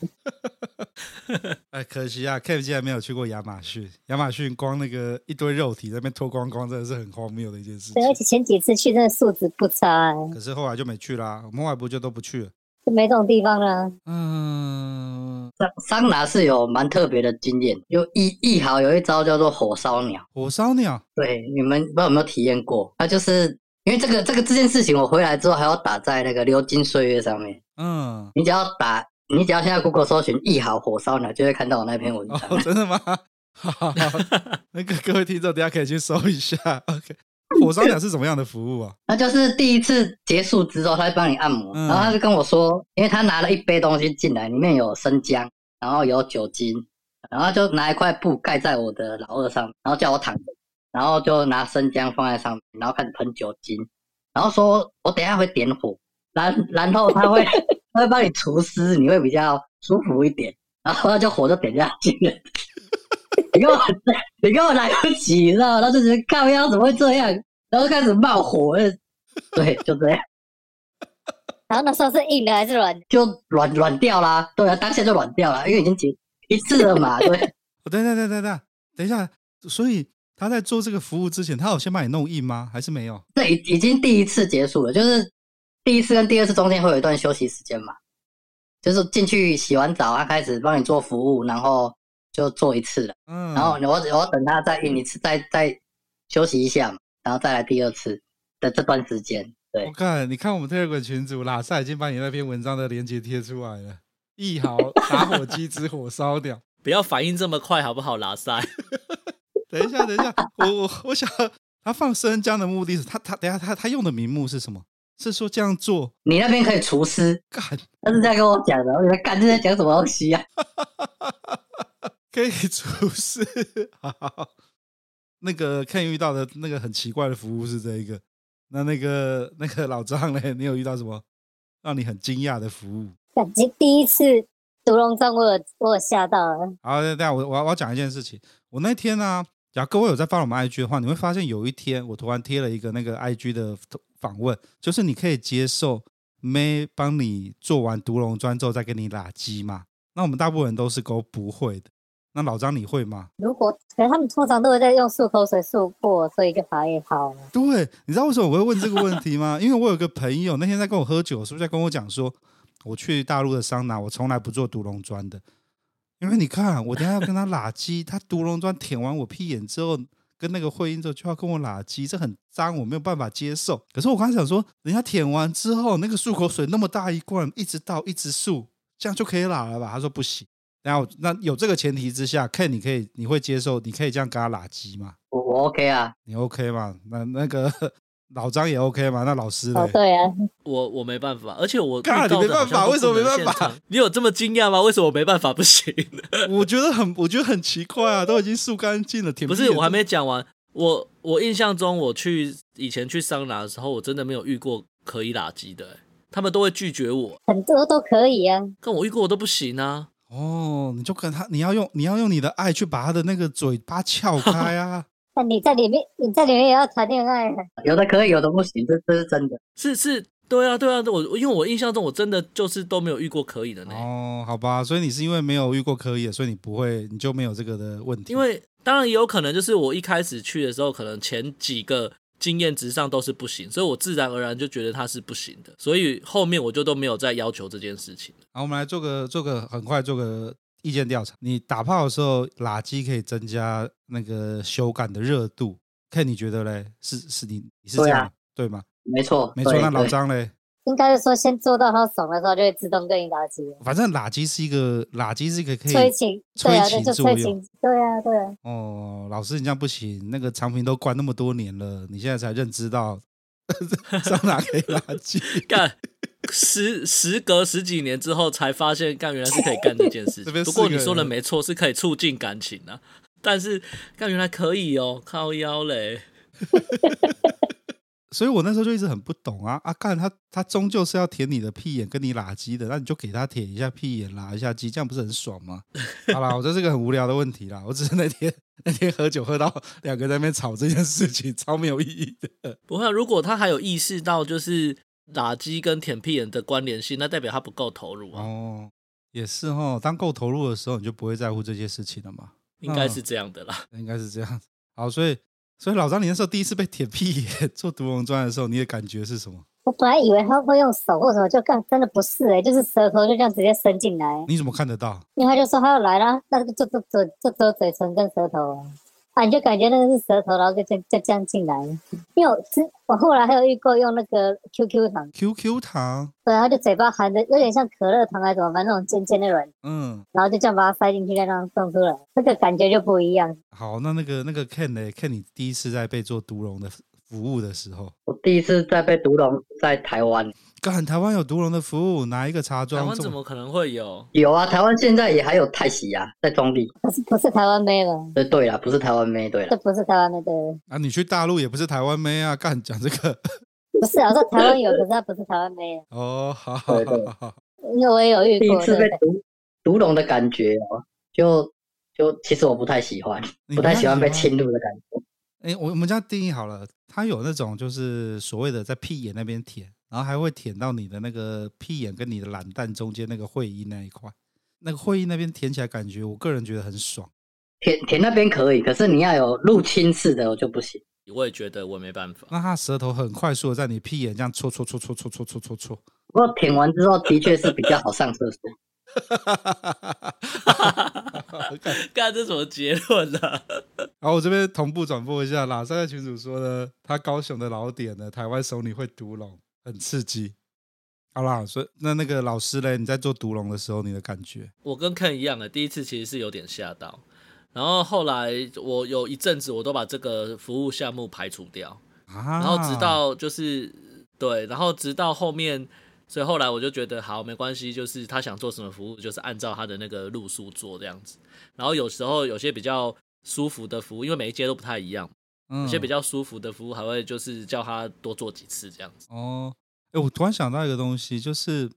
哎，可惜啊，Kev 竟然没有去过亚马逊。亚马逊光那个一堆肉体在那边脱光光，真的是很荒谬的一件事情对，而。且前几次去真的素质不差、欸，可是后来就没去啦，我们后来不就都不去了？就没这种地方啊啦、嗯、桑桑拿是有蛮特别的经验，有一一豪有一招叫做火烧鸟，火烧鸟，对，你们不知道有没有体验过？它就是因为这个这个这件事情，我回来之后还要打在那个流金岁月上面，嗯，你只要打。你只要现在 Google 搜寻“一豪火烧鸟”，就会看到我那篇文章。 哦，真的吗？ 好好好那个各位听众，等一下可以去搜一下。OK，火嗯烧鸟是什么样的服务啊？那就是第一次结束之后，他会帮你按摩，嗯然后他就跟我说，因为他拿了一杯东西进来，里面有生姜，然后有酒精，然后就拿一块布盖在我的老二上，然后叫我躺着，然后就拿生姜放在上面，然后开始喷酒精，然后说我等一下会点火，然然后他会他会帮你除湿，你会比较舒服一点，然后就火就点下去了。 你跟我，你跟我来不及，你知道吗？他就觉得靠腰怎么会这样，然后开始冒火，呃对，就这样，然后那时候是硬的还是软的？就软软掉啦，对啊，当下就软掉啦，因为已经结一次了嘛，对，哦，等等等等等，等一下，所以他在做这个服务之前，他有先把你弄硬吗？还是没有？这已已经第一次结束了，就是第一次跟第二次中间会有一段休息时间嘛，就是进去洗完澡，他开始帮你做服务，然后就做一次了，嗯，然后我我要等他再印一次，再再休息一下嘛，然后再来第二次的这段时间，对我，看，你看我们 Telegram 群组，拉萨已经把你那篇文章的链接贴出来了。 一豪打火机之火烧掉。不要反应这么快，好不好，拉塞？等一下，等一下，我我我想他放生姜的目的是他他等一下他他用的名目是什么？是说这样做你那边可以除湿，干他是这样跟我讲的，我觉得干这在讲什么东西啊？可以出事？好，那个 Ken 遇到的那个很奇怪的服务是这一个。那那个那个老张嘞，你有遇到什么让你很惊讶的服务？感觉第一次独龙庄，我有我有吓到啊了。好，等一下我我要我要讲一件事情。我那天呢、假如各位有在发我们 IG 的话，你会发现有一天我突然贴了一个那个 IG 的访问，就是你可以接受妹帮你做完独龙砖之后再给你拉鸡嘛？那我们大部分人都是勾不会的。那老张你会吗？如果可是他们通常都会在用漱口水漱过，所以就还好了。啊对，你知道为什么我会问这个问题吗？因为我有个朋友那天在跟我喝酒，是不是在跟我讲说，我去大陆的桑拿，我从来不做独龙砖的。因为你看，我等一下要跟他拉鸡，他独龙砖舔完我屁眼之后，跟那个会阴之后就要跟我拉鸡，这很脏，我没有办法接受。可是我刚才想说，人家舔完之后，那个漱口水那么大一罐，一直倒一直漱，这样就可以拉了吧？他说不行。然后那有这个前提之下，Ken 你可以你会接受，你可以这样跟他拉鸡吗？我我 OK 啊，你 OK 吗？那那个老张也 OK 吗？那老师哦嘞，？对啊，我我没办法，而且我遇干到你没的好办法像都为什么不能没办现法场？你有这么惊讶吗？为什么我没办法不行？我觉得很我觉得很奇怪啊，都已经漱干净了，舔不屁是，眼我还没讲完。我我印象中，我去以前去桑拿的时候，我真的没有遇过可以打击的、欸他们都会拒绝我。很多都可以啊。跟我遇过我都不行啊，哦，你就跟他，你要用你要用你的爱去把他的那个嘴巴 撬开啊！那你在里面，你在里面也要谈恋爱啊？有的可以，有的不行，这这是真的。是是，对啊对啊，我因为我印象中我真的就是都没有遇过可以的呢、哦，好吧，所以你是因为没有遇过科野，所以你不会，你就没有这个的问题。因为当然也有可能就是我一开始去的时候，可能前几个经验值上都是不行，所以我自然而然就觉得它是不行的，所以后面我就都没有再要求这件事情。好，我们来做个做个很快做个意见调查。你打炮的时候，垃圾可以增加那个手感的热度，看你觉得嘞？是是你你是这对啊样、对吗？没错，没错，对那老对张嘞？应该是说先做到他爽的时候，就会自动跟你打击，反正垃圾是一个垃圾是一个可催以情，对啊，催情对，就作催用情，对啊，对啊，哦，老师你这样不行，那个长平都关那么多年了，你现在才认知到 上哪可以垃圾。 干时时隔十几年之后才发现，干原来是可以干这件事这情。边不四过个你说的人没错，是可以促进感情啊。但是干原来可以哦，靠腰嘞。所以我那时候就一直很不懂啊啊！干他他终究是要舔你的屁眼跟你拉鸡的，那你就给他舔一下屁眼拉一下鸡，这样不是很爽吗？好啦，我这是个很无聊的问题啦，我只是那天那天喝酒喝到两个人在那边吵这件事情，超没有意义的。不会啊，如果他还有意识到就是打击跟舔屁眼的关联性，那代表他不够投入啊，哦，也是哦，当够投入的时候，你就不会在乎这些事情了嘛，应该是这样的啦。应该是这样。好，所以所以老张，你那时候第一次被舔屁眼 做独龙砖的时候，你的感觉是什么？我本来以为他会用手或什么，就干真的不是哎、就是舌头就这样直接伸进来，你怎么看得到？因为他就说他要来啦，那就就就就就只有嘴唇跟舌头啊，啊，你就感觉那个是舌头，然后就就就这样进来了。因为我之我后来还有遇过用那个 QQ 糖， QQ 糖，对，啊他就嘴巴含着有点像可乐糖还是什么，反正那种尖尖的软，嗯，然后就这样把它塞进去，再让它送出来，那个感觉就不一样。好，那那个那个 Ken 呢？Ken，你第一次在被做独龙的服务的时候，我第一次在被毒龙在台湾干，台湾有独龙的服务，哪一个茶台庄湾这怎么可能会有？有啊，台湾现在也还有泰喜啊，在中立。呃可是不是台湾妹了，对对啦，不是台湾妹，对这 啦，不是台湾妹对对啊？你去大陆也不是台湾妹啊？干，讲这个 对不是啊，我说台湾有，可是他不是台湾妹啊，哦，好好对对好好，因为我也有遇第一过。次对被对毒毒龙的感觉哦，就就其实我不太喜欢，你不太喜欢被亲。侵入的感觉。哎，我我们这样定义好了，它有那种就是所谓的在屁眼那边舔，然后还会舔到你的那个屁眼跟你的懒蛋中间那个会阴那一块，那个会阴那边舔起来感觉，我个人觉得很爽。舔舔那边可以，可是你要有入侵式的我就不行。我也觉得我没 办法。那它舌头很快速的在你屁眼这样戳戳戳戳戳戳戳戳戳，不过舔完之后的确是比较好 上厕所。干这什么结论啊？ 然后我这边同步转播一下，拉萨在群主说呢，他高雄的老点呢，台湾熟女会独龙，很刺激。好啦，所以那那个老师嘞，你在做独龙的时候，你的感觉？我跟 Ken 一样的，第一次其实是有点吓到，然后后来我有一阵子我都把这个服务项目排除掉，啊，然后直到就是对，然后直到后面，所以后来我就觉得好没关系，就是他想做什么服务，就是按照他的那个路数做这样子。然后有时候有些比较舒服的服务，因为每一阶都不太一样，有有些比较舒服的服务还会就是叫他多做几次这样子。哦，哎，我突然想到一个东西，就是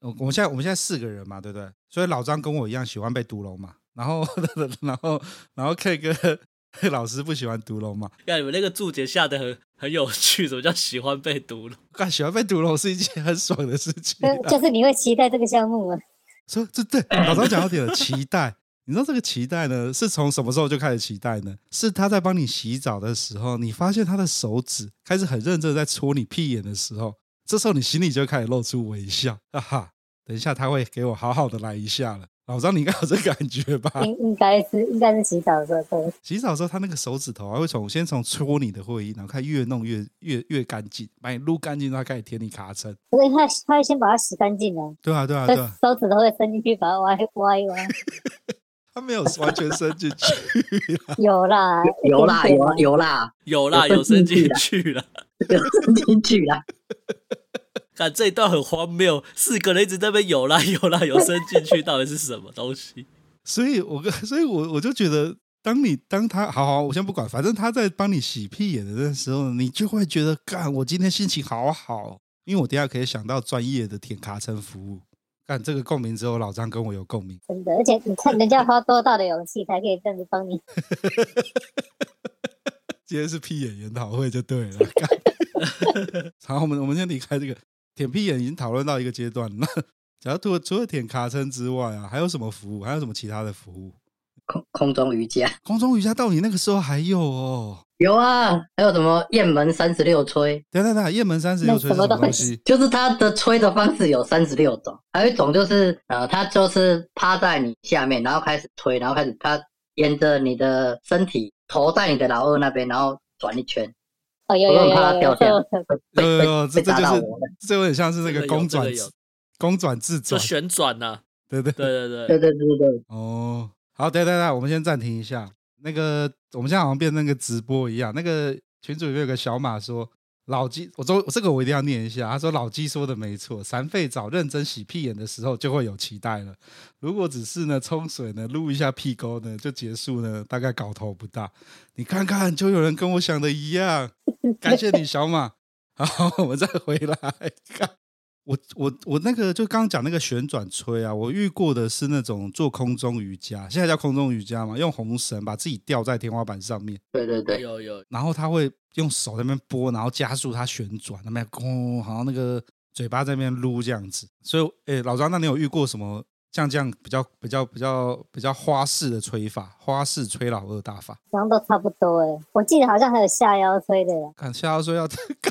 呃我们现在我们现在四个人嘛，对不对？所以老张跟我一样喜欢被独龙嘛，然后 然后然后 K 哥 老师不喜欢独龙嘛，看你们那个注解下的很很有趣，什么叫喜欢被读 了？干喜欢被独龙是一件很爽的事情啊、就就是你会期待这个项目啊，说这对老张讲到点了，期待。你知道这个期待呢，是从什么时候就开始期待呢？是他在帮你洗澡的时候，你发现他的手指开始很认真地在戳你屁眼的时候，这时候你心里就开始露出微笑，哈哈。等一下他会给我好好的来一下了，老张，你应该有这个感觉吧？啊应应该是应该是洗澡的时候对，洗澡的时候，他那个手指头还啊会从先从搓你的会议，然后看越弄越越越干净，把你撸干净，然后开始舔你卡层。不是因为他他会先把它洗干净啊，对啊，对啊，这对 啊，手指头会伸进去把它挖一挖 一挖。他没有完全伸进去啊，有啦，有啦一点点有啦有啦，有啦，有有伸进去进啦去了。有伸进去啦。看这一段很荒谬，四个人一直在那边有啦有啦有伸进去，到底是什么 东西？所以我跟 所以我我就觉得，当你当他好好，我先不管，反正他在帮你洗屁眼的那时候，你就会觉得，干，我今天心情好好，因为我等一下可以想到专业的舔卡层服务。干这个共鸣只有老张跟我有共鸣。真的，而且你看人家花多大的勇气才可以这样子帮你，今天是屁眼研讨会就对了。 干 好，我们我们先离开这个舔屁眼已经讨论到一个阶段了。 那假如除了除了舔卡称之外啊，还有什么服务？还有什么其他的服务？空空中瑜伽空中瑜伽到你那个时候还有哦。有啊，还有什么雁门三十六吹，等一下等一下，雁门三十六吹是什那什么么东东西西？就是它的吹的方式有三十六种，还有一种就是呃，它就是趴在你下面，然后开始吹，然后开始它沿着你的身体头在你的老二那边，然后转一圈，哦，有 我有很有怕有掉有下这来个被有有有，被这被这打就到是我了。这有点像是那这个个有公这个转有公转自这转，旋转呐、对对对。对对对对，对对对对，哦，好，等一下等一下，我们先暂停一下。那个，我们现在好像变那个直播一样。那个群主里面有个小马说，老鸡，我说这个我一定要念一下。他说老鸡说的没错，残废早认真洗屁眼的时候就会有期待了。如果只是呢冲水呢撸一下屁沟呢就结束呢，大概搞头不大。你看看，就有人跟我想的一样。感谢你，小马。好，我们再回来看。我我我那个就刚刚讲那个旋转吹啊，我遇过的是那种做空中瑜伽，现在叫空中瑜伽嘛，用红绳把自己吊在天花板上面，对对对，有有然后他会用手在那边拨，然后加速它旋转，那边咣，好像那个嘴巴在那边撸这样子。所以，诶，老张，那你有遇过什么像这样比较比较比较比较花式的吹法，花式吹老二大法？好像都差不多哎，我记得好像还有下腰推的啦，看下腰说要 干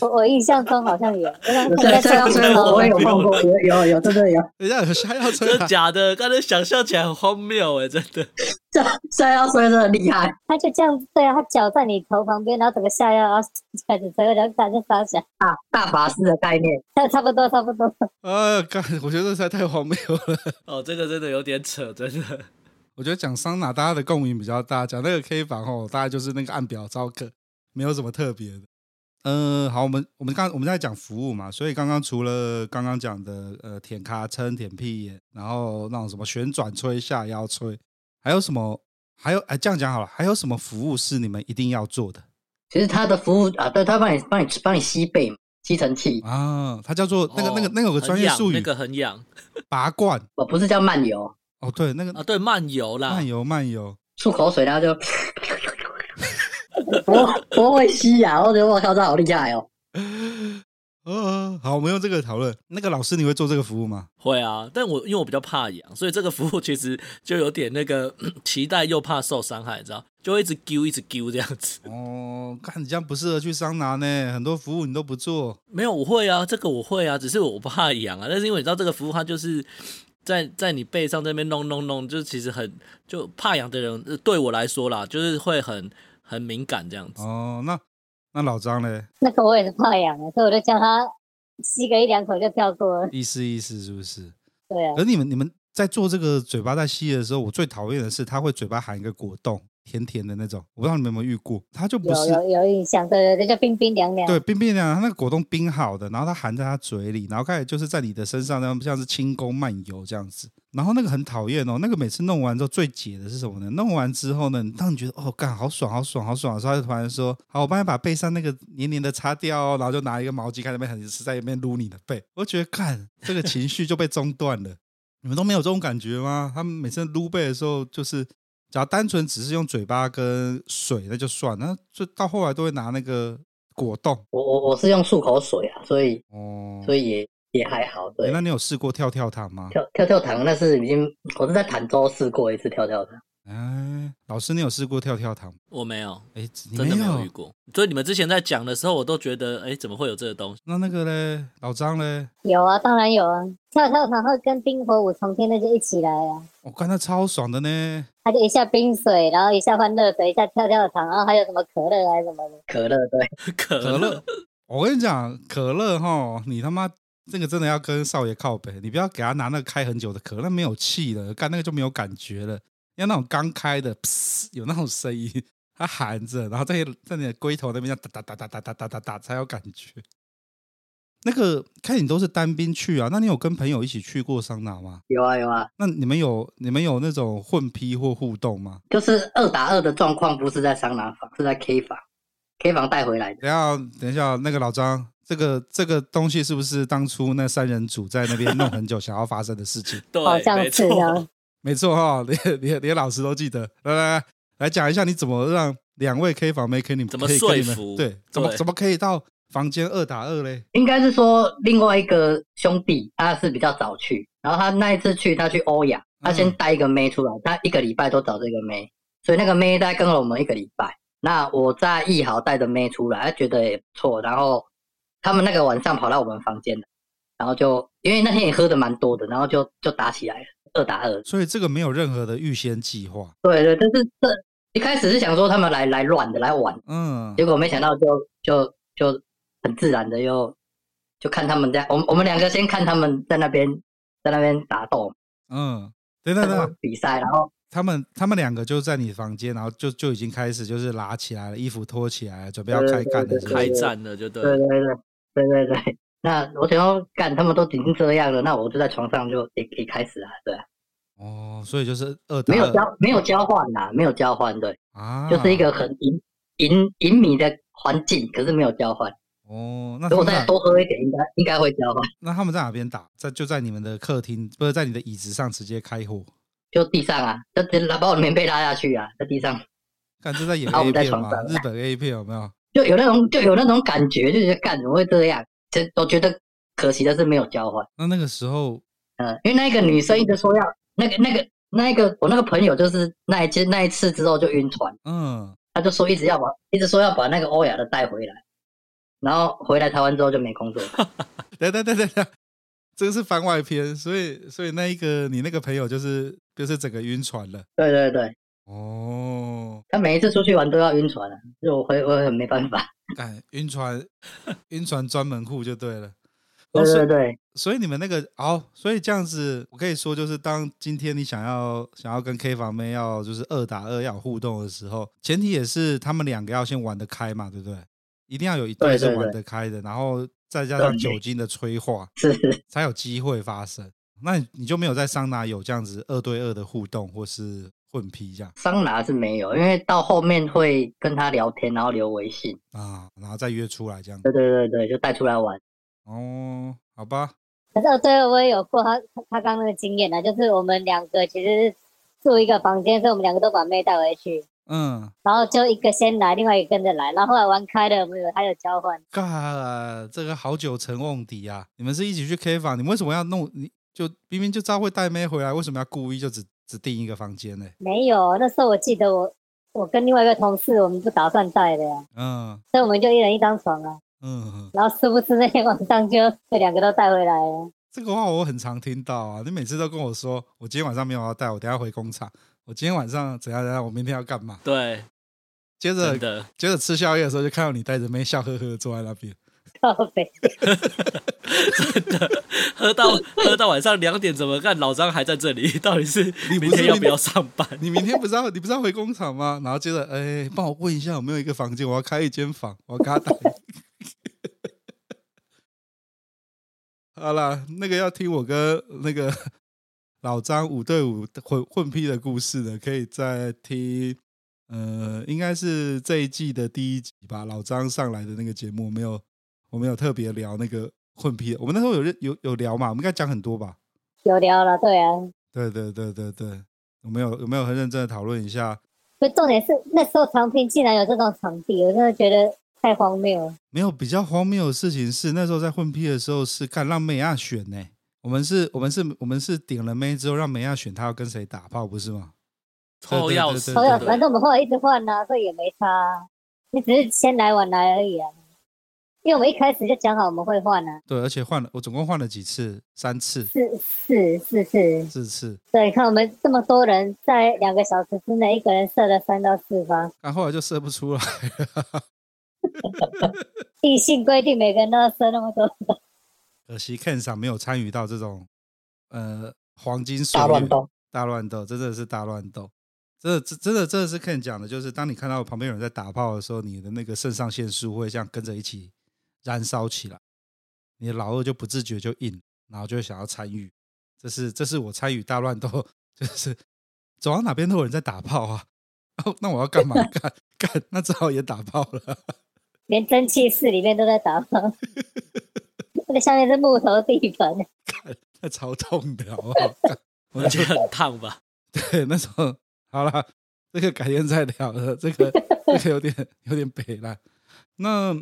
我我印象中好像有，我想看对人家这样下吹腰我我推有碰过，有有有真的有。人家有下腰吹真啊的假的？刚才想象起来很荒谬哎、真的。这这要吹真的厉害，他就这样子，对啊，他脚在你头旁边，然后整个下腰，然后开始推，然后感觉傻想，大大法师的概念，差不多差不多，呃，干，我觉得这实在太荒谬了。哦，这个真的有点扯，真的。我觉得讲桑拿大家的共鸣比较大，讲那个 K 房哦，大概就是那个按表招客，没有什么特别的。呃，好，我们我们刚我们在讲服务嘛，所以刚刚除了刚刚讲的呃舔咖撑、舔屁眼，然后那种什么旋转吹、下腰吹，还有什么？还有哎，这样讲好了，还有什么服务是你们一定要做的其实他的服务啊，对他帮你帮你帮你吸背嘛，吸尘器，啊？它叫做那个、那个哦那个有个专业很痒术语，那个很痒拔罐我不是叫漫游，哦，对，那个、啊，对，漫游啦，漫游漫游，漱口水，然后就我我会吸呀、我觉得我靠，这好厉害哦！呃，好，我们用这个讨论。那个老师，你会做这个服务吗？会啊，但我因为我比较怕痒，所以这个服务其实就有点那个 期待又怕受伤害，你知道，就会一直揪一直揪这样子。哦，看你这样不适合去桑拿呢，很多服务你都不做。没有，我会啊，这个我会啊，只是我不怕痒啊。但是因为你知道这个服务，它就是在在你背上这边弄弄弄，就是其实很就怕痒的人，呃对我来说啦，就是会很很敏感这样子。哦，那那老张嘞，那个我也是怕痒的，所以我就叫他吸个一两口就跳过了，意思意思是不是？对啊可，是你们你们在做这个嘴巴在吸的时候，我最讨厌的是他会嘴巴含一个果冻，甜甜的那种，我不知道你们有没有遇过，它就不有是有有印象，对对对，就冰冰凉凉，对，冰冰凉，它那个果冻冰好的，然后它含在它嘴里，然后开始就是在你的身上，那样像是轻功漫游这样子。然后那个很讨厌哦，那个每次弄完之后最解的是什么呢？弄完之后呢，当你觉得哦，干好爽，好爽，好爽的时候，他就突然说：“好，我帮你把背上那个黏黏的擦掉哦。”然后就拿一个毛巾开始在那边很是在那边撸你的背，我就觉得干这个情绪就被中断了。 你们都没有这种感觉吗？他们每次撸背的时候，就是只要单纯只是用嘴巴跟水，那就算，那就到后来都会拿那个果冻。我我我是用漱口水啊，所以哦，所以也也还好。诶对那，你有试过跳跳糖吗？跳跳跳糖那是已经我是在坦州试过一次跳跳糖，哎、哎，老师，你有试过跳跳糖吗？我没有，哎，你真的没有遇有？过。所以你们之前在讲的时候，我都觉得，哎，怎么会有这个东西？ 那那个嘞，老张嘞，有啊，当然有啊，跳跳糖会跟冰火五重天那就一起来啊。我看他哦超爽的呢。他就一下冰水，然后一下换热水，一下跳跳糖，然后还有什么可乐还是什么的，可乐对，可可乐，我跟你讲，可乐哈，你他妈这个真的要跟少爷靠北，你不要给他拿那个开很久的可乐，那没有气了，干那个就没有感觉了。要那种刚开的，噗有那种声音，他含着，然后在在你的龟头那边这样哒哒哒哒哒哒哒哒哒才有感觉。那个看你都是单兵去啊，那你有跟朋友一起去过桑拿吗？有啊有啊，那你们有你们有那种混批或互动吗？就是二打二的状况，不是在桑拿房，是在 K 房，K 房带回来的。等一下哦，等一下哦，那个老张，这个这个东西是不是当初那三人组在那边弄很久想要发生的事情？ 对，好像没是错啊。没错哈、连连连老师都记得。来来来，来讲一下你怎么让两位 K 房妹 K 你们怎么可以跟你们说服对，怎么对怎么可以到房间二打二嘞？应该是说另外一个兄弟他是比较早去，然后他那一次去他去欧亚，他先带一个妹出来，他一个礼拜都找这个妹，所以那个妹大概跟了我们一个礼拜。那我在艺豪带着妹出来，他觉得也不错，然后他们那个晚上跑到我们房间了，然后就因为那天也喝的蛮多的，然后就就打起来了，二打二。所以这个没有任何的预先计划，对对，但是这一开始是想说他们来来乱的来玩的嗯，结果没想到就就就很自然的又就看他们在我们我们两个先看他们在那边在那边打斗嗯，等等等，比赛，然后他们他们两个就在你房间，然后就就已经开始就是拉起来了，衣服脱起来了，准备要对开干的是对对不是开战了，就对对对对对对对，那我想要干他们都已经这样了，那我就在床上就也也开始啊，对啊，哦，所以就是二打没有二交没有交换啦，没有交换，对，啊，就是一个很隐隐隐秘的环境，可是没有交换。哦，那如他果们在再多喝一点，应该应该会交换，那他们在哪边打？在就在你们的客厅，不是在你的椅子上直接开火？就地上啊，就直接拉把我的棉被拉下去啊，在地上。看这在演然啊后我 A 们在片床吗？上日本 A 片有没有？就有那种就有那种感觉，就觉得干怎么会这样？这我觉得可惜的是没有交换，那那个时候，嗯，因为那个女生一直说要那个那个那一个我那个朋友就是那一次那一次之后就晕船，嗯，他就说一直要把一直说要把那个欧雅的带回来，然后回来台湾之后就没工作， 等等等等等，这个是番外篇，所以所以那一个你那个朋友就是就是整个晕船了对对对，哦，他每一次出去玩都要晕船啊，就我回我很没办法，干晕船晕船专门户就对了。对哦所以对对，所以你们那个哦，所以这样子，我可以说就是，当今天你想要想要跟 K 房妹要就是二打二要有互动的时候，前提也是他们两个要先玩得开嘛，对不对？一定要有一对对是对玩对得开的，然后再加上对酒精的催化，是 是，才有机会发生。那你你就没有在桑拿有这样子二对二的互动或是混批这样桑拿是没有，因为到后面会跟他聊天，然后留微信，啊，然后再约出来这样对对对对，就带出来玩。哦，好吧， 可是哦，对，我也有过他他刚刚那个经验啊，就是我们两个其实是住一个房间，所以我们两个都把妹带回去，嗯，然后就一个先来，另外一个跟着来，然后后来玩开了，我们有还有交换，嘎，这个好久成瓮底啊！你们是一起去 K 房，你们为什么要弄？你就明明就知道会带妹回来，为什么要故意就只只订一个房间呢？没有。那时候我记得我我跟另外一个同事，我们不打算带的呀，嗯所以我们就一人一张床啊，嗯，然后殊不知那天晚上就 这两个都带回来了，这个话我很常听到啊，你每次都跟我说，我今天晚上没有要带，我等一下回工厂，我今天晚上怎样怎样，我明天要干嘛？对，接着真的，接着吃宵夜的时候，就看到你带着妹笑呵呵坐在那边。靠北，喝到喝到晚上两点怎么干？老张还在这里，到底是你不明是天要不明要上班？你明天不是要你不是要回工厂吗？然后接着，哎，帮我问一下有没有一个房间，我要开一间房，我要给他打。好啦，那个要听我跟那个老张五对五混混批的故事的，可以再听。呃，应该是这一季的第一集吧。老张上来的那个节目，没有，我们有特别聊那个混批的。我们那时候有认有有聊嘛，我们应该讲很多吧。有聊了，对啊。对对对对对，有没有有没有很认真的讨论一下？不，重点是那时候长平竟然有这种场地，我真的觉得太荒谬了。没有比较荒谬的事情是，那时候在混批的时候是干让美亚选呢、我们是，我们是，我们是顶了妹之后让美亚选她要跟谁打炮，不是吗？抽钥匙，对好对了，对反正我们后来一直换呐、所以也没差啊、你只是先来晚来而已啊。因为我们一开始就讲好我们会换啊，对，而且换了，我总共换了几次，三次、是是是是，四次。对，你看我们这么多人，在两个小时之内，一个人射了三到四发。但后来就射不出来，硬性规定每个人都要射那么多， 可惜 Ken 上没有参与到这种呃黄金岁大月乱斗。大乱斗，真的是大乱斗。真的，真真的，真的是 Ken 讲的，就是当你看到旁边有人在打炮的时候，你的那个肾上腺素会这样跟着一起燃烧起来，你的老二就不自觉就硬，然后就会想要参与。这是这是我参与大乱斗， 就是走到哪边都有人在打炮啊，哦、那我要干嘛 干干？那只好也打炮了。 连蒸汽室里面都在打炮。那个下面是木头地板，那超痛的，好不好？我而就且很烫吧？对那时候好了，这个改天再聊了，这个这个有点有点北了。那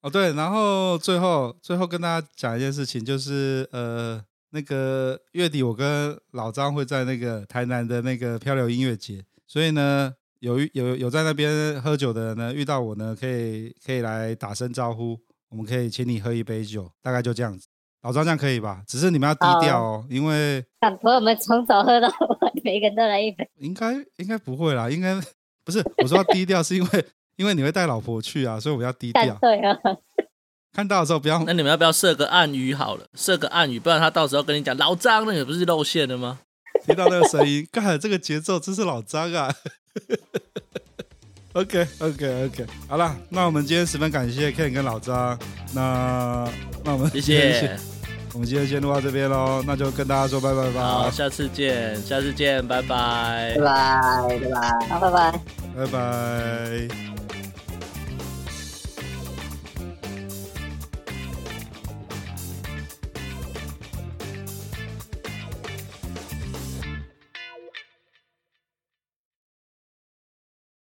哦对，然后最后最后跟大家讲一件事情，就是呃那个月底我跟老张会在那个台南的那个漂流音乐节，所以呢。有遇有有在那边喝酒的人呢，遇到我呢，可以可以来打声招呼，我们可以请你喝一杯酒，大概就这样子。老张这样可以吧？只是你们要低调哦，因为敢不过我们从早喝到晚，每个人都来一杯。应该应该不会啦，应该不是我说要低调，是因为因为你会带老婆去啊，所以我们要低干调。对啊，看到的时候不要那你们要不要设个暗语好了？设个暗语，不然他到时候跟你讲老张，那你不是露馅了吗？听到那个声音，干这个节奏真是老张啊。OK OK OK，好啦，那我们今天十分感谢 Ken 跟老张，那那我们谢今天 谢，我们今天先录到这边喽，那就跟大家说拜拜好，吧，下次见，下次见，拜拜拜。拜，拜拜。好，拜拜。拜拜。